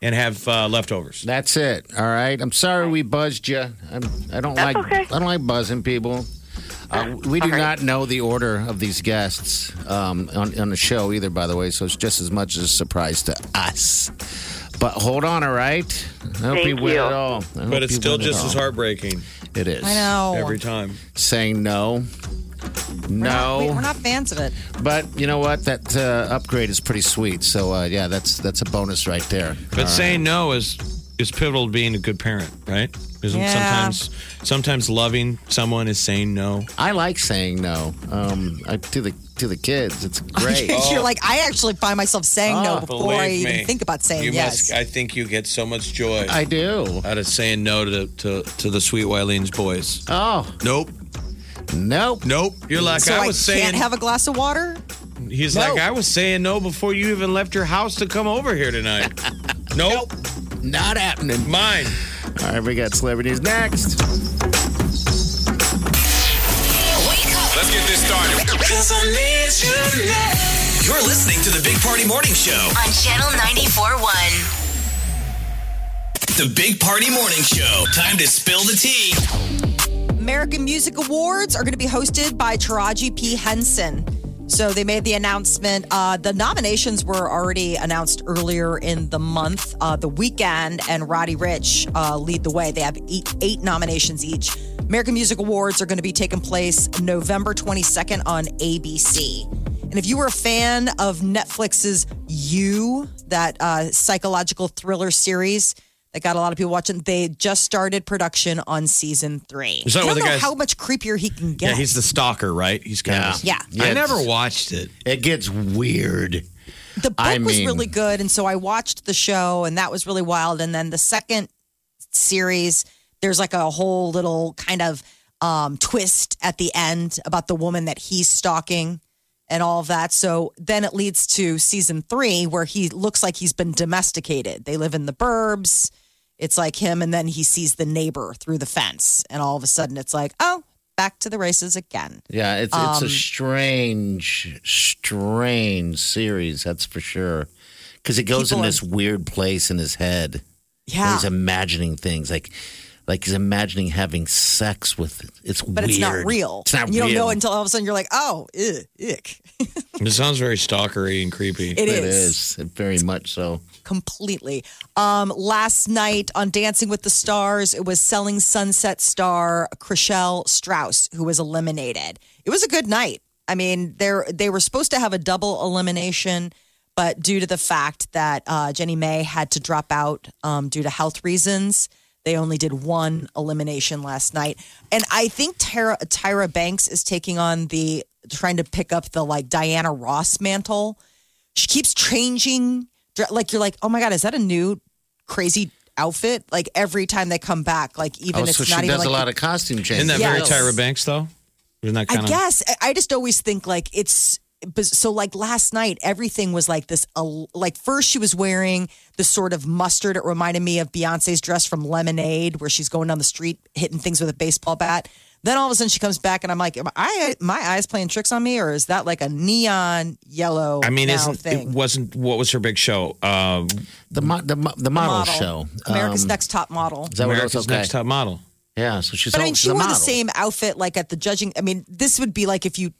E: and have uh, leftovers.
C: That's it. All right. I'm sorry we buzzed you. I'm, I don't
E: That's
C: like.
E: okay.
C: I don't like buzzing people. Uh, we do not know the order of these guests um, on, on the show either, by the way. So it's just as much as a surprise to us. But hold on, all right. I hope you win it all. I hope
E: But it's
C: you
E: still
C: win it
E: just as
C: all. Oh,
E: heartbreaking.
C: It is.
D: I know.
E: Every time.
C: Saying no. No.
D: We- We're not fans of it.
C: But you know what? That uh, upgrade is pretty sweet. So uh, yeah, that's that's a bonus right there.
E: But saying no is is pivotal to being a good parent, right? Isn't
C: Yeah.
E: sometimes sometimes loving someone is saying no.
C: I like saying no. Um, I, to the to the kids, it's great.
E: Oh.
D: You're like, I actually find myself saying
E: Ah,
D: no before I even think about saying yes.
E: I think you get so much joy.
C: I do.
E: Out of saying no to to, to the sweet Wileen's boys.
C: Oh.
E: Nope.
C: Nope.
E: Nope. You're like
D: so
E: I was saying.
D: can't have a glass of water?
E: he's like I was saying no before you even left your house to come over here tonight. nope.
C: Not happening.
E: Mine.
C: All right, we got celebrities next.
F: Let's get this started. You're listening to the Big Party Morning Show.
B: On Channel 94.1.
F: The Big Party Morning Show. Time to spill the tea.
D: American Music Awards are going to be hosted by Taraji P. Henson. So they made the announcement. Uh, the nominations were already announced earlier in the month. Uh, the weekend and Roddy Rich uh, lead the way. They have eight, eight nominations each. American Music Awards are going to be taking place November 22nd on ABC. And if you were a fan of Netflix's You, that uh, psychological thriller series that got a lot of people watching, they just started production on season three.
E: Is that
D: I
E: where
D: don't
E: the
D: know
E: guy's-
D: how much creepier he can get.
E: Yeah, he's the stalker, right? He's kind of
D: Yeah. Yeah.
E: I never watched it.
C: It gets weird.
D: the book
E: I
D: was
E: mean-
D: really good, and so I watched the show, and that was really wild. And then the second series, there's like a whole little kind of um, twist at the end about the woman that he's stalking and all of that. So then it leads to season three, where he looks like he's been domesticated. They live in the burbs. It's like him, and then he sees the neighbor through the fence, and all of a sudden it's like, oh, back to the races again.
C: Yeah, it's it's
D: Um,
C: a strange, strange series. That's for sure. Because it goes in
D: People
C: this weird place in his head. where
D: Yeah.
C: he's imagining things like, like he's imagining having sex with. It. It's
D: But it's not
C: weird.
D: real.
C: It's not
D: you
C: real.
D: don't know until all of a sudden you're like, oh, ew, ick.
E: It sounds very stalkery and creepy.
D: It It is.
C: It very much so.
D: completely. Um, last night on Dancing with the Stars, it was Selling Sunset star Chriselle Strauss who was eliminated. It was a good night. I mean, they they were supposed to have a double elimination, but due to the fact that uh, Jenny May had to drop out um, due to health reasons, they only did one elimination last night. And I think Tyra, Tyra Banks is taking on the trying to pick up the like Diana Ross mantle she keeps changing dre- like you're like oh my god is that a new crazy outfit like every time they come back. Like even
C: oh,
D: it's
C: so she
D: not even
C: does
D: like
C: a lot of costume
E: Isn't
C: changes.
E: that
D: Yes.
E: very Tyra Banks though? Isn't that
D: I
E: kind of?
D: guess I- I just always think like it's but- so like last night everything was like this al- like first she was wearing the sort of mustard it reminded me of Beyonce's dress from Lemonade where she's going down the street hitting things with a baseball bat then all of a sudden she comes back and I'm like am I my eyes playing tricks on me or is that like a neon yellow
E: I mean,
D: now
E: isn't it
D: thing
E: wasn't what was her big show? Um,
C: the, mo- the mo- the model, Oh, show.
D: America's
C: Um,
D: Next Top Model
C: Is that what it was?
E: America's
C: Okay.
E: Next Top Model.
C: Yeah, so she's
D: But I
C: all-
D: mean,
C: she's
D: she
C: a
D: wore the
C: model.
D: same outfit like at the judging. I mean, this would be like if you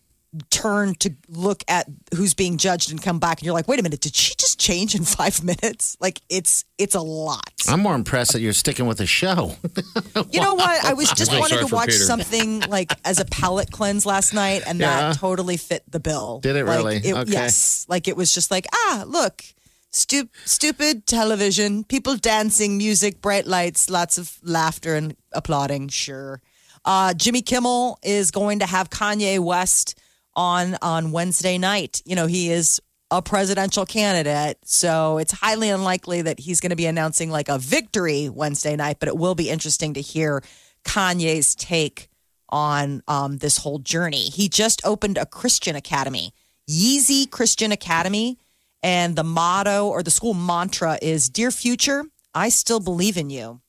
D: turn to look at who's being judged and come back and you're like, wait a minute, did she just change in five minutes? Like it's it's a lot.
C: I'm more impressed that you're sticking with the show.
E: Mm-hmm.
D: You know what? I was just
C: I feel
D: wanted
C: Oh, sorry
D: to
C: for
D: watch
C: Peter.
D: something like as a palate cleanse last night, and
C: Yeah.
D: that totally fit the bill.
C: Did it
D: Like,
C: really? Okay.
D: Yes. Like it was just like ah, look, stu- stupid television, people dancing, music, bright lights, lots of laughter and applauding. Sure. Uh, Jimmy Kimmel is going to have Kanye West on on Wednesday night. You know he is. A presidential candidate, so it's highly unlikely that he's going to be announcing like a victory Wednesday night. But it will be interesting to hear Kanye's take on um, this whole journey. He just opened a Christian academy, Yeezy Christian Academy, and the motto or the school mantra is "Dear Future, I still believe in you."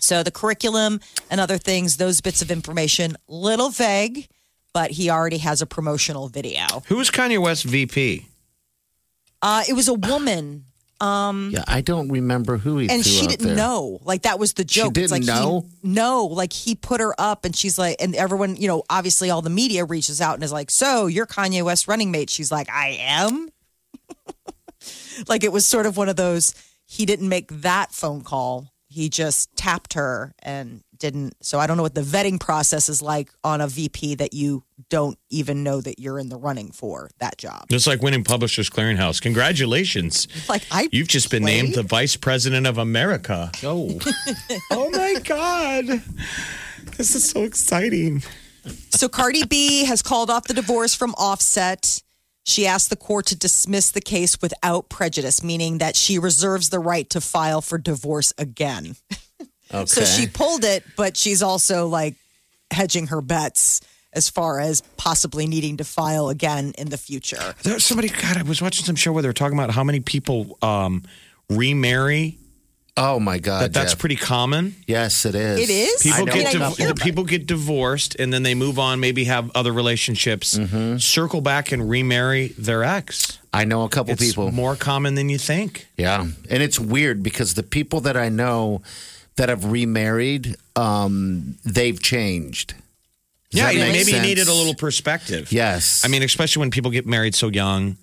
D: So the curriculum and other things, those bits of information, little vague, but he already has a promotional video.
E: Who was Kanye West VP?
D: Uh, it was a woman. Um,
C: yeah, I don't remember who he
D: and
C: threw
D: she
C: out
D: didn't
C: there.
D: know. Like that was the
C: She
D: joke. It's
C: didn't
D: like he-
C: know?
D: no, like he put her up, and she's like, and everyone, you know, obviously all the media reaches out and is like, "So you're Kanye West running mate?" She's like, "I am." like it was sort of one of those. He didn't make that phone call. He just tapped her and didn't. So I don't know what the vetting process is like on a VP that you don't even know that you're in the running for that job.
E: Just like winning Publishers Clearinghouse. Congratulations.
D: Like I,
E: You've just been named the Vice President of America. Oh. oh my God. This is so exciting.
D: So Cardi B has called off the divorce from Offset. She asked the court to dismiss the case without prejudice, meaning that she reserves the right to file for divorce again.
C: Okay.
D: So she pulled it, but she's also like hedging her bets as far as possibly needing to file again in the future.
E: There was somebody, God, I was watching some show where they were talking about how many people um, remarry.
C: Oh my God.
E: That, that's
C: Jeff.
E: pretty common.
C: Yes, it is.
D: It is?
E: People
C: I know
E: get
C: a
E: div-
C: couple.
E: people get divorced and then they move on, maybe have other relationships,
C: Mm-hmm.
E: circle back and remarry their ex.
C: I know a couple
E: It's
C: people.
E: more common than you think.
C: Yeah. And it's weird because the people that I know that have remarried, um, they've changed. Does
E: yeah,
C: that make
E: maybe you
C: sense?
E: needed a little perspective.
C: Yes.
E: I mean, especially when people get married so young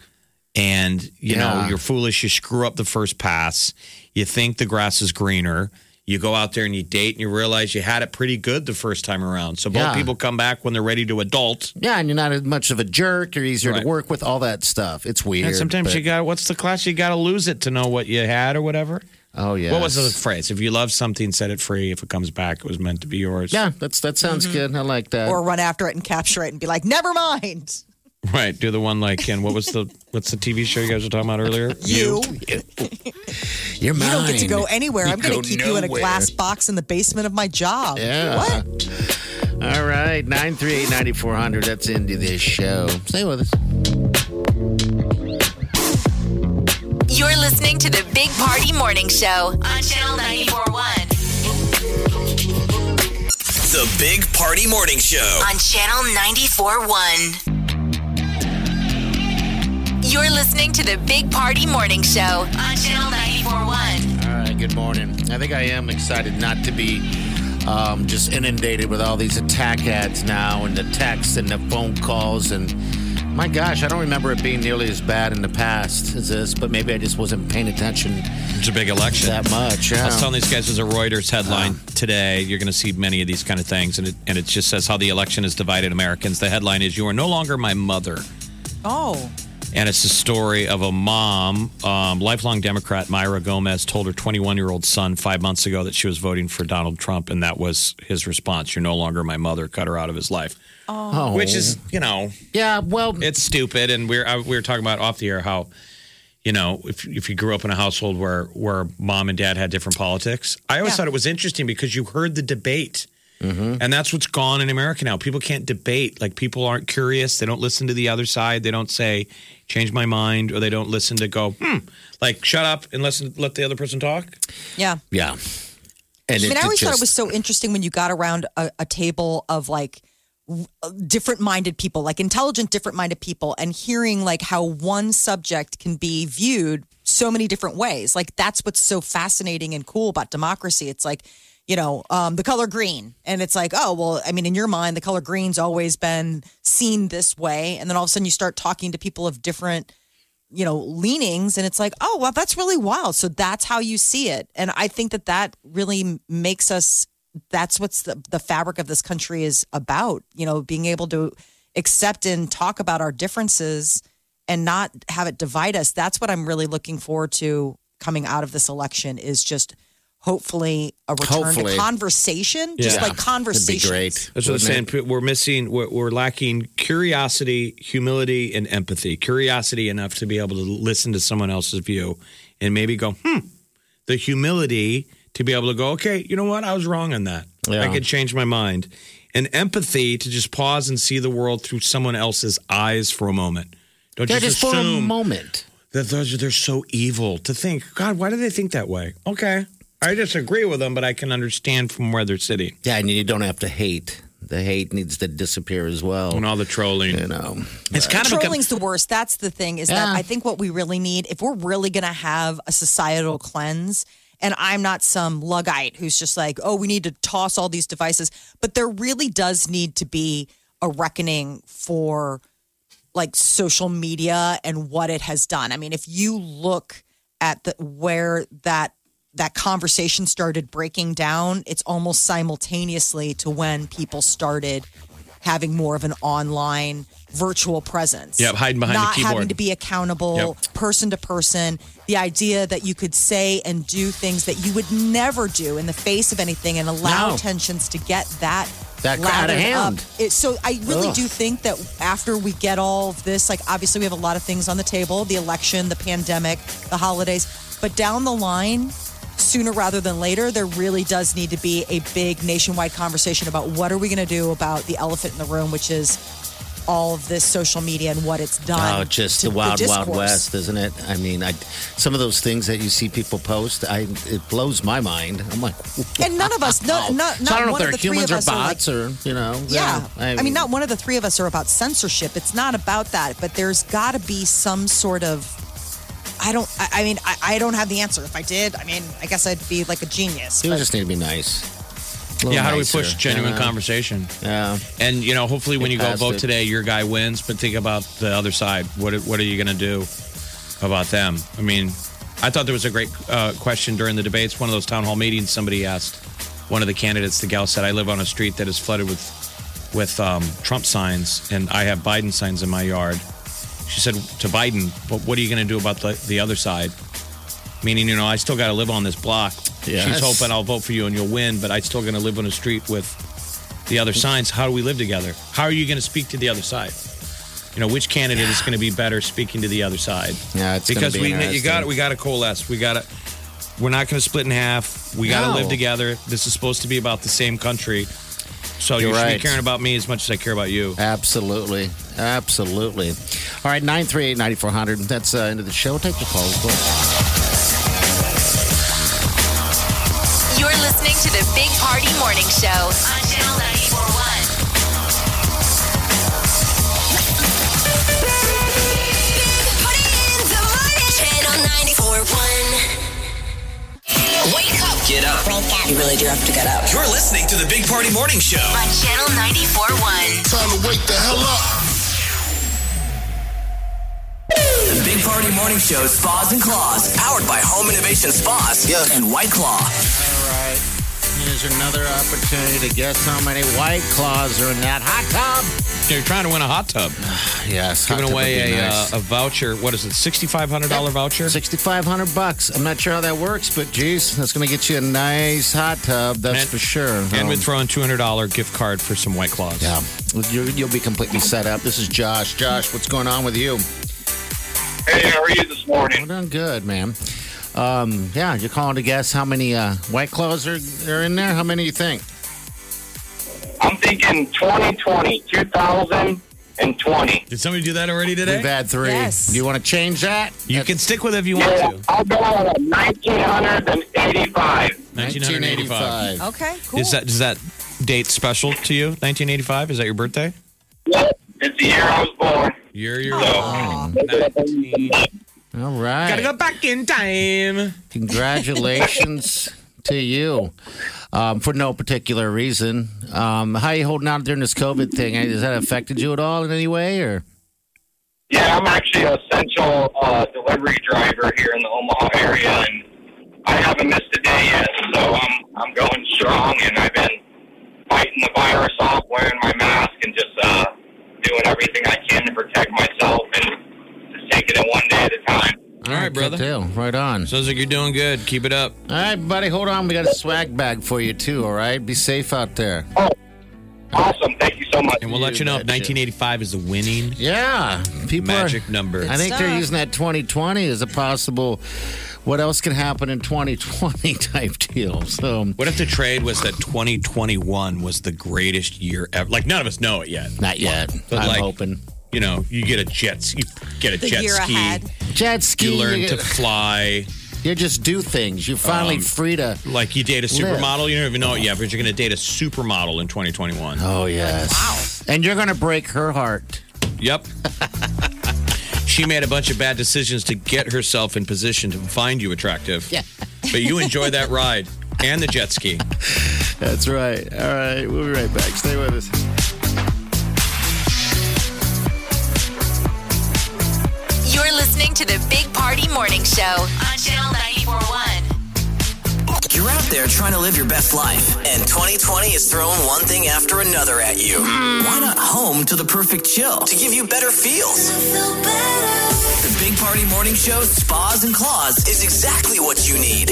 E: and you know,
C: Yeah.
E: you're foolish, you screw up the first pass, you think the grass is greener, you go out there and you date and you realize you had it pretty good the first time around. So both
C: Yeah.
E: people come back when they're ready to adult.
C: Yeah, and you're not as much of a jerk. You're easier
E: Right.
C: to work with, all that stuff. It's weird.
E: and sometimes
C: but-
E: you got what's the class? You gotta lose it to know what you had or whatever.
C: Oh, yeah.
E: What was the phrase? If you love something, set it free. If it comes back, it was meant to be yours.
C: Yeah, that's that sounds
E: Mm-hmm.
C: good. I like that.
D: Or run after it and capture it and be like, never mind.
E: Right. Do the one like and what was the what's the TV show you guys were talking about earlier?
D: You. You
C: You're mine.
D: don't get to go anywhere. I'm going
C: go
D: to keep you in a
C: nowhere.
D: glass box in the basement of my job.
C: Yeah.
D: What?
C: All right, 938 9400. That's into this show. Stay with us.
B: You're listening to the Big Party Morning Show on Channel 941.
F: The Big Party Morning Show.
B: On Channel 941. You're listening to the Big Party Morning Show on Channel 941.
C: All right, good morning. I think I am excited not to be um, just inundated with all these attack ads now and the texts and the phone calls. And my gosh, I don't remember it being nearly as bad in the past as this, but maybe I just wasn't paying attention
E: It's a big election.
C: that much. Yeah.
E: I was telling these guys there's a Reuters headline today. You're going to see many of these kind of things, and it, and it just says how the election has divided Americans. The headline is "You are no longer my mother,"
D: Oh.
E: and it's the story of a mom, um, lifelong Democrat Myra Gomez, told her 21 year old son five months ago that she was voting for Donald Trump, and that was his response: "You're no longer my mother." Cut her out of his life,
C: Oh.
E: which is you know
C: yeah, well,
E: it's stupid. And we're I, we were talking about off the air how. you know, if if you grew up in a household where where mom and dad had different politics, I always thought it was interesting because you heard the debate.
C: Mm-hmm.
E: And that's what's gone in America now. People can't debate. Like people aren't curious. They don't listen to the other side. They don't say, "Change my mind," or they don't listen to go, "Hmm." Like shut up and listen. Let the other person talk.
D: Yeah.
C: Yeah. And
D: I mean,
C: it-
D: I
C: it
D: always thought it
C: just-
D: was so interesting when you got around a, a table of like w- different minded people, like intelligent, different minded people, and hearing like how one subject can be viewed so many different ways. Like, that's what's so fascinating and cool about democracy. It's like, you know, um, the color green. And it's like, oh, well, I mean, in your mind, the color green's always been seen this way. And then all of a sudden you start talking to people of different you know leanings and it's like oh well that's really wild so that's how you see it and i think that that really m- makes us that's what's the, the fabric of this country is about you know being able to accept and talk about our differences and not have it divide us that's what i'm really looking forward to coming out of this election is just hopefully a return
C: Hopefully.
D: to conversation just like conversation
C: great.
E: That's what I'm saying.
C: Wouldn't
E: P- We're missing. We're, we're lacking curiosity, humility, and empathy. Curiosity enough to be able to listen to someone else's view, and maybe go, hmm. The humility to be able to go, okay, you know what? I was wrong on that. I
C: Yeah.
E: could change my mind. And empathy to just pause and see the world through someone else's eyes for a moment. Don't
C: Yeah,
E: just,
C: just for a
E: assume
C: moment.
E: that those are, they're so evil to think. God, why do they think that way? Okay, I disagree with them, but I can understand from where they're sitting.
C: Yeah, and you don't have to hate. The hate needs to disappear as well. And
E: all the trolling.
C: You know.
E: It's
C: kind
D: trolling's the worst. That's the thing is that I think what we really need, if we're really going to have a societal cleanse, and I'm not some luggite who's just like, oh, we need to toss all these devices, but there really does need to be a reckoning for like social media and what it has done. I mean, if you look at the where that that conversation started breaking down, it's almost simultaneously to when people started having more of an online virtual presence.
E: Yep, hiding behind the
D: not having
E: keyboard.
D: to be accountable
E: Yep.
D: person to person. The idea that you could say and do things that you would never do in the face of anything and allow
C: No.
D: tensions to get that
C: That got out of
D: lathered
C: hand.
D: Up. It, so I really
C: Ugh.
D: do think that after we get all of this, like obviously we have a lot of things on the table: the election, the pandemic, the holidays. But down the line, sooner rather than later, there really does need to be a big nationwide conversation about what are we going to do about the elephant in the room, which is all of this social media and what it's done.
C: Oh, just
D: to
C: the wild, wild
D: discourse.
C: west, isn't it? I mean, I some of those things that you see people post, I it blows my mind. I'm like,
D: And none of us, no, not,
C: so I
D: not
C: don't know
D: one
C: if
D: of
C: they're
D: the three
C: humans
D: of
C: or
D: us are like,
C: bots or you know.
D: Yeah. I mean, not one of the three of us are about censorship. It's not about that, but there's got to be some sort of. I don't. I, I mean, I, I don't have the answer. If I did, I mean, I guess I'd be like a genius.
C: You
D: but-
C: just need to be nice. A little
E: Yeah, how do we
C: nicer,
E: push genuine
C: you know?
E: conversation?
C: Yeah.
E: And you know, hopefully when
C: Get
E: you go
C: past
E: vote
C: it.
E: today, your guy wins. But think about the other side. What what are you going to do about them? I mean, I thought there was a great uh, question during the debates. One of those town hall meetings, somebody asked one of the candidates. The gal said, "I live on a street that is flooded with with um, Trump signs, and I have Biden signs in my yard." She said to Biden, "But what are you going to do about the, the other side?" Meaning, you know, I still got to live on this block. She's
C: Yes.
E: hoping I'll vote for you and you'll win, but I still going to live on a street with the other signs. How do we live together? How are you going to speak to the other side? You know, which candidate is going to be better speaking to the other side?
C: Yeah, it's gonna
E: because
C: be
E: we you
C: interesting.
E: got we got to coalesce. We got to. We're not going to split in half. We got to
C: No.
E: live together. This is supposed to be about the same country. So you
C: You're
E: should
C: right.
E: be caring about me as much as I care about you.
C: Absolutely. Absolutely. All right, 938 9400. That's uh, end of the show. Take your calls. Well,
B: You're listening to the Big Party Morning Show on Channel 941. Channel 941. Wake up
F: Get up.
G: You really do have to get up.
F: You're listening to the Big Party Morning Show.
B: on Channel 941. Time to wake the hell up.
F: The Big Party Morning Show Spas and Claws, powered by Home Innovation Spas and White Claw.
C: all right. Here's another opportunity to guess how many white claws are in that hot tub.
E: You're trying to win a hot tub.
C: Yes, hot
E: giving
C: tub would
E: away
C: be
E: a,
C: nice.
E: uh, a voucher. What is it? Sixty five hundred dollar voucher.
C: 6500 bucks. I'm not sure how that works, but geez, that's going to get you a nice hot tub. That's
E: And-
C: for sure.
E: And
C: Um,
E: we'd throw in two hundred dollar gift card for some white claws.
C: Yeah, you, you'll be completely set up. This is Josh. Josh, what's going on with you?
M: Hey, how are you this morning?
C: We're doing good, man. Um, yeah, you're calling to guess how many uh, white claws are, are in there? How many you think?
M: I'm thinking 2020, 2020.
E: Did somebody do that already today?
C: We've had three.
M: Yes.
C: You want to change that?
E: You can stick with it if you want
M: Yeah,
E: to.
M: I'll go out at 1985.
E: 1985.
D: Okay,
E: Is that is that date special to you? 1985? Is that your birthday?
M: Yep, it's the year I was born.
E: Year you're
C: Oh. All right.
E: Gotta go back in time.
C: Congratulations to you um, for no particular reason. Um, how you holding out during this COVID thing? Has that affected you at all in any way? Or
M: Yeah, I'm actually an essential uh, delivery driver here in the Omaha area, and I haven't missed a day yet. So I'm I'm going strong, and I've been fighting the virus off, wearing my mask, and just uh, doing everything I can to protect myself, and just taking it one day at a time.
E: All right, brother.
C: Deal. Right on.
E: Sounds like you're doing good. Keep it up.
C: All right, buddy, hold on. We got a swag bag for you, too, all right? Be safe out there.
M: Oh, Awesome. Thank you so much.
E: And we'll let you know if 1985 is the winning
C: yeah people are-
E: magic number.
C: I think they're using that 2020 as a possible what else can happen in 2020 type deal. So,
E: What if the trade was that 2021 was the greatest year ever? Like none of us know it yet.
C: Not yet. I'm hoping.
E: You know, you get a jet ski. You get a
C: The
E: jet
C: year
E: ski.
C: ahead. Jet ski,
E: You learn
C: you
E: to
C: get-
E: fly.
C: you just do things. You're finally
E: Um,
C: free to.
E: Like you date a
C: Live.
E: supermodel. You don't even know it yet, but you're going to date a supermodel in 2021.
C: Oh, yes. Wow. And you're going to break her heart.
E: Yep. she made a bunch of bad decisions to get herself in position to find you attractive.
C: Yeah.
E: But you enjoy that ride and the jet ski.
C: That's right. All right. We'll be right back. Stay with us.
B: You're listening to the Big Party Morning Show on Channel 941.
F: You're out there trying to live your best life, and 2020 is throwing one thing after another at you. Why not home to the perfect chill to give you better feels? The Big Party Morning Show Spas and Claws is exactly what you need.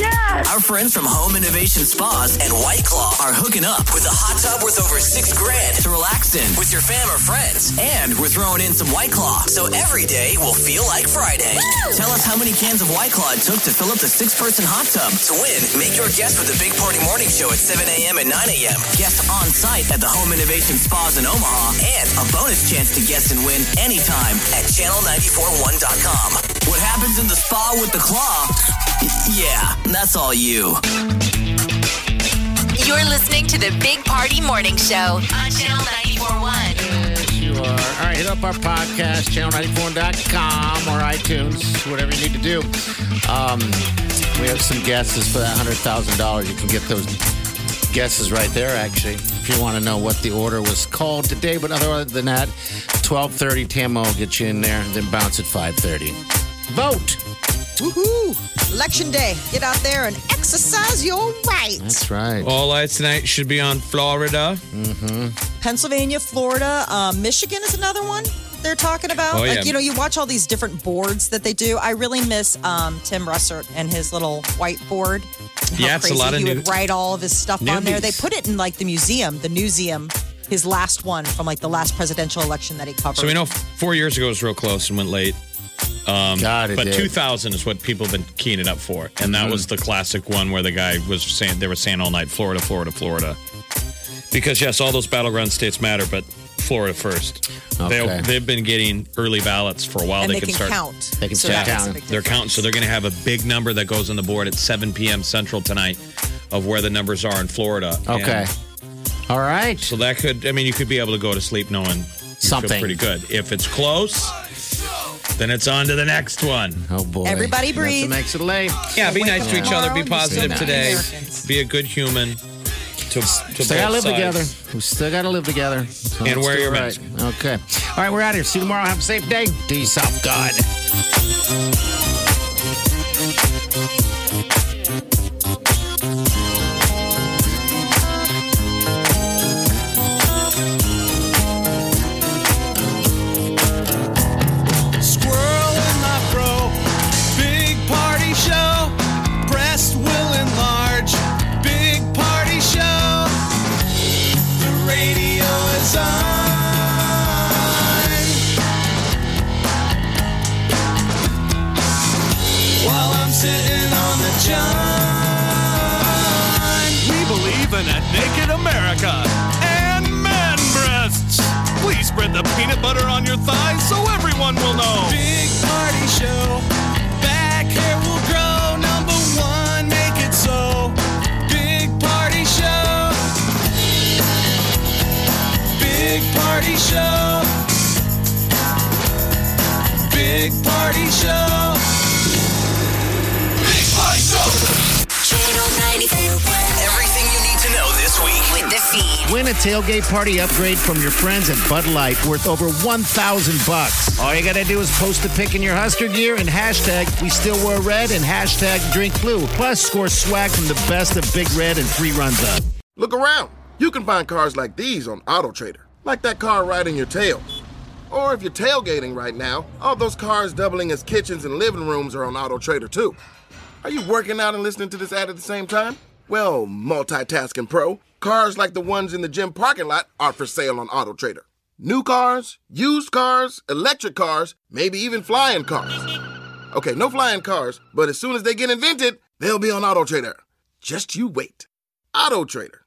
F: Our friends from Home Innovation Spas and White Claw are hooking up with a hot tub worth over six grand to relax in with your fam or friends. And we're throwing in some White Claw, so every day will feel like Friday. Tell us how many cans of White Claw it took to fill up the six-person hot tub. To win, make your guess with the Big Party Morning Show at 7 a.m. and 9 a.m. Guest on site at the Home Innovation Spas in Omaha, and a bonus chance to guess and win anytime at channel941.com. What happens in the spa with the claw? Yeah, that's all you.
B: You're listening to the Big Party Morning Show on Channel 941.
C: You are. All right, hit up our podcast, channel94.com or iTunes, whatever you need to do. Um, we have some guesses for that $100,000. You can get those guesses right there, actually, if you want to know what the order was called today. But other than that, 12.30 Tamo will get you in there, then bounce at 5.30. Vote!
D: Woohoo! Election day. Get out there and exercise your right.
C: That's right.
E: All lights tonight should be on Florida. Mm-hmm.
D: Pennsylvania, Florida, um, Michigan is another one they're talking about.
E: Oh,
D: like,
E: yeah.
D: you know, you watch all these different boards that they do. I really miss um, Tim Russert and his little whiteboard. and how
E: Yeah, it's a
D: crazy
E: lot of
D: He
E: new-
D: would write all of his stuff on there.
E: newbies.
D: They put it in like the museum, the museum, his last one from like the last presidential election that he covered.
E: So we know f- four years ago was real close and went late. Um,
C: God, it
E: but
C: did.
E: 2000 is what people have been keying it up for, and that
C: Mhm.
E: was the classic one where the guy was saying they were saying all night Florida, Florida, Florida, because yes, all those battleground states matter, but Florida first.
C: Okay.
E: They, they've been getting early ballots for a while.
D: And they
E: can,
D: can
E: start
D: count. They can So
E: yeah,
D: start that makes a counting. big
E: They're counting, so they're going to have a big number that goes on the board at 7 p.m. Central tonight of where the numbers are in Florida.
C: Okay. All right. So
E: that could, I mean, you could be able to go to sleep knowing you
C: Something.
E: feel pretty good. If it's close, then it's on to the next one.
C: Oh boy!
D: Everybody breathe.
C: makes it late.
E: Yeah, be
D: Wake
E: nice
D: up
E: to each other. Be
D: tomorrow,
E: positive
D: just be
E: today.
D: nice.
E: Be a good human. To, to
C: Still
E: both
C: gotta live
E: sides.
C: together. We still gotta live together. So
E: And
C: let's
E: wear
C: do
E: your
C: it
E: mask.
C: Okay. All right, we're out of here. See you tomorrow. Have a safe day. Do yourself good.
N: Squirrel in my fro. Big party show. Breast will enlarge. Big party show. The radio is on. John. We believe in a naked America and man breasts. Please spread the peanut butter on your thighs so everyone will know. Big party show. Back hair will grow. Number one, make it so. Big party show. Big party show. Big party show. Big party show.
B: Channel 94.1.
F: Everything you need to know this week
B: with the feed.
C: Win a tailgate party upgrade from your friends at Bud Light worth over 1000 bucks. All you got to do is post a pic in your Husker gear and hashtag we still wear red and hashtag drink blue. Plus, score swag from the best of Big Red and Three Runs Up.
O: Look around. You can find cars like these on AutoTrader, like that car riding your tail. Or if you're tailgating right now, all those cars doubling as kitchens and living rooms are on AutoTrader too. Are you working out and listening to this ad at the same time? Well, multitasking pro, cars like the ones in the gym parking lot are for sale on AutoTrader. New cars, used cars, electric cars, maybe even flying cars. Okay, no flying cars, but as soon as they get invented, they'll be on AutoTrader. Just you wait. AutoTrader.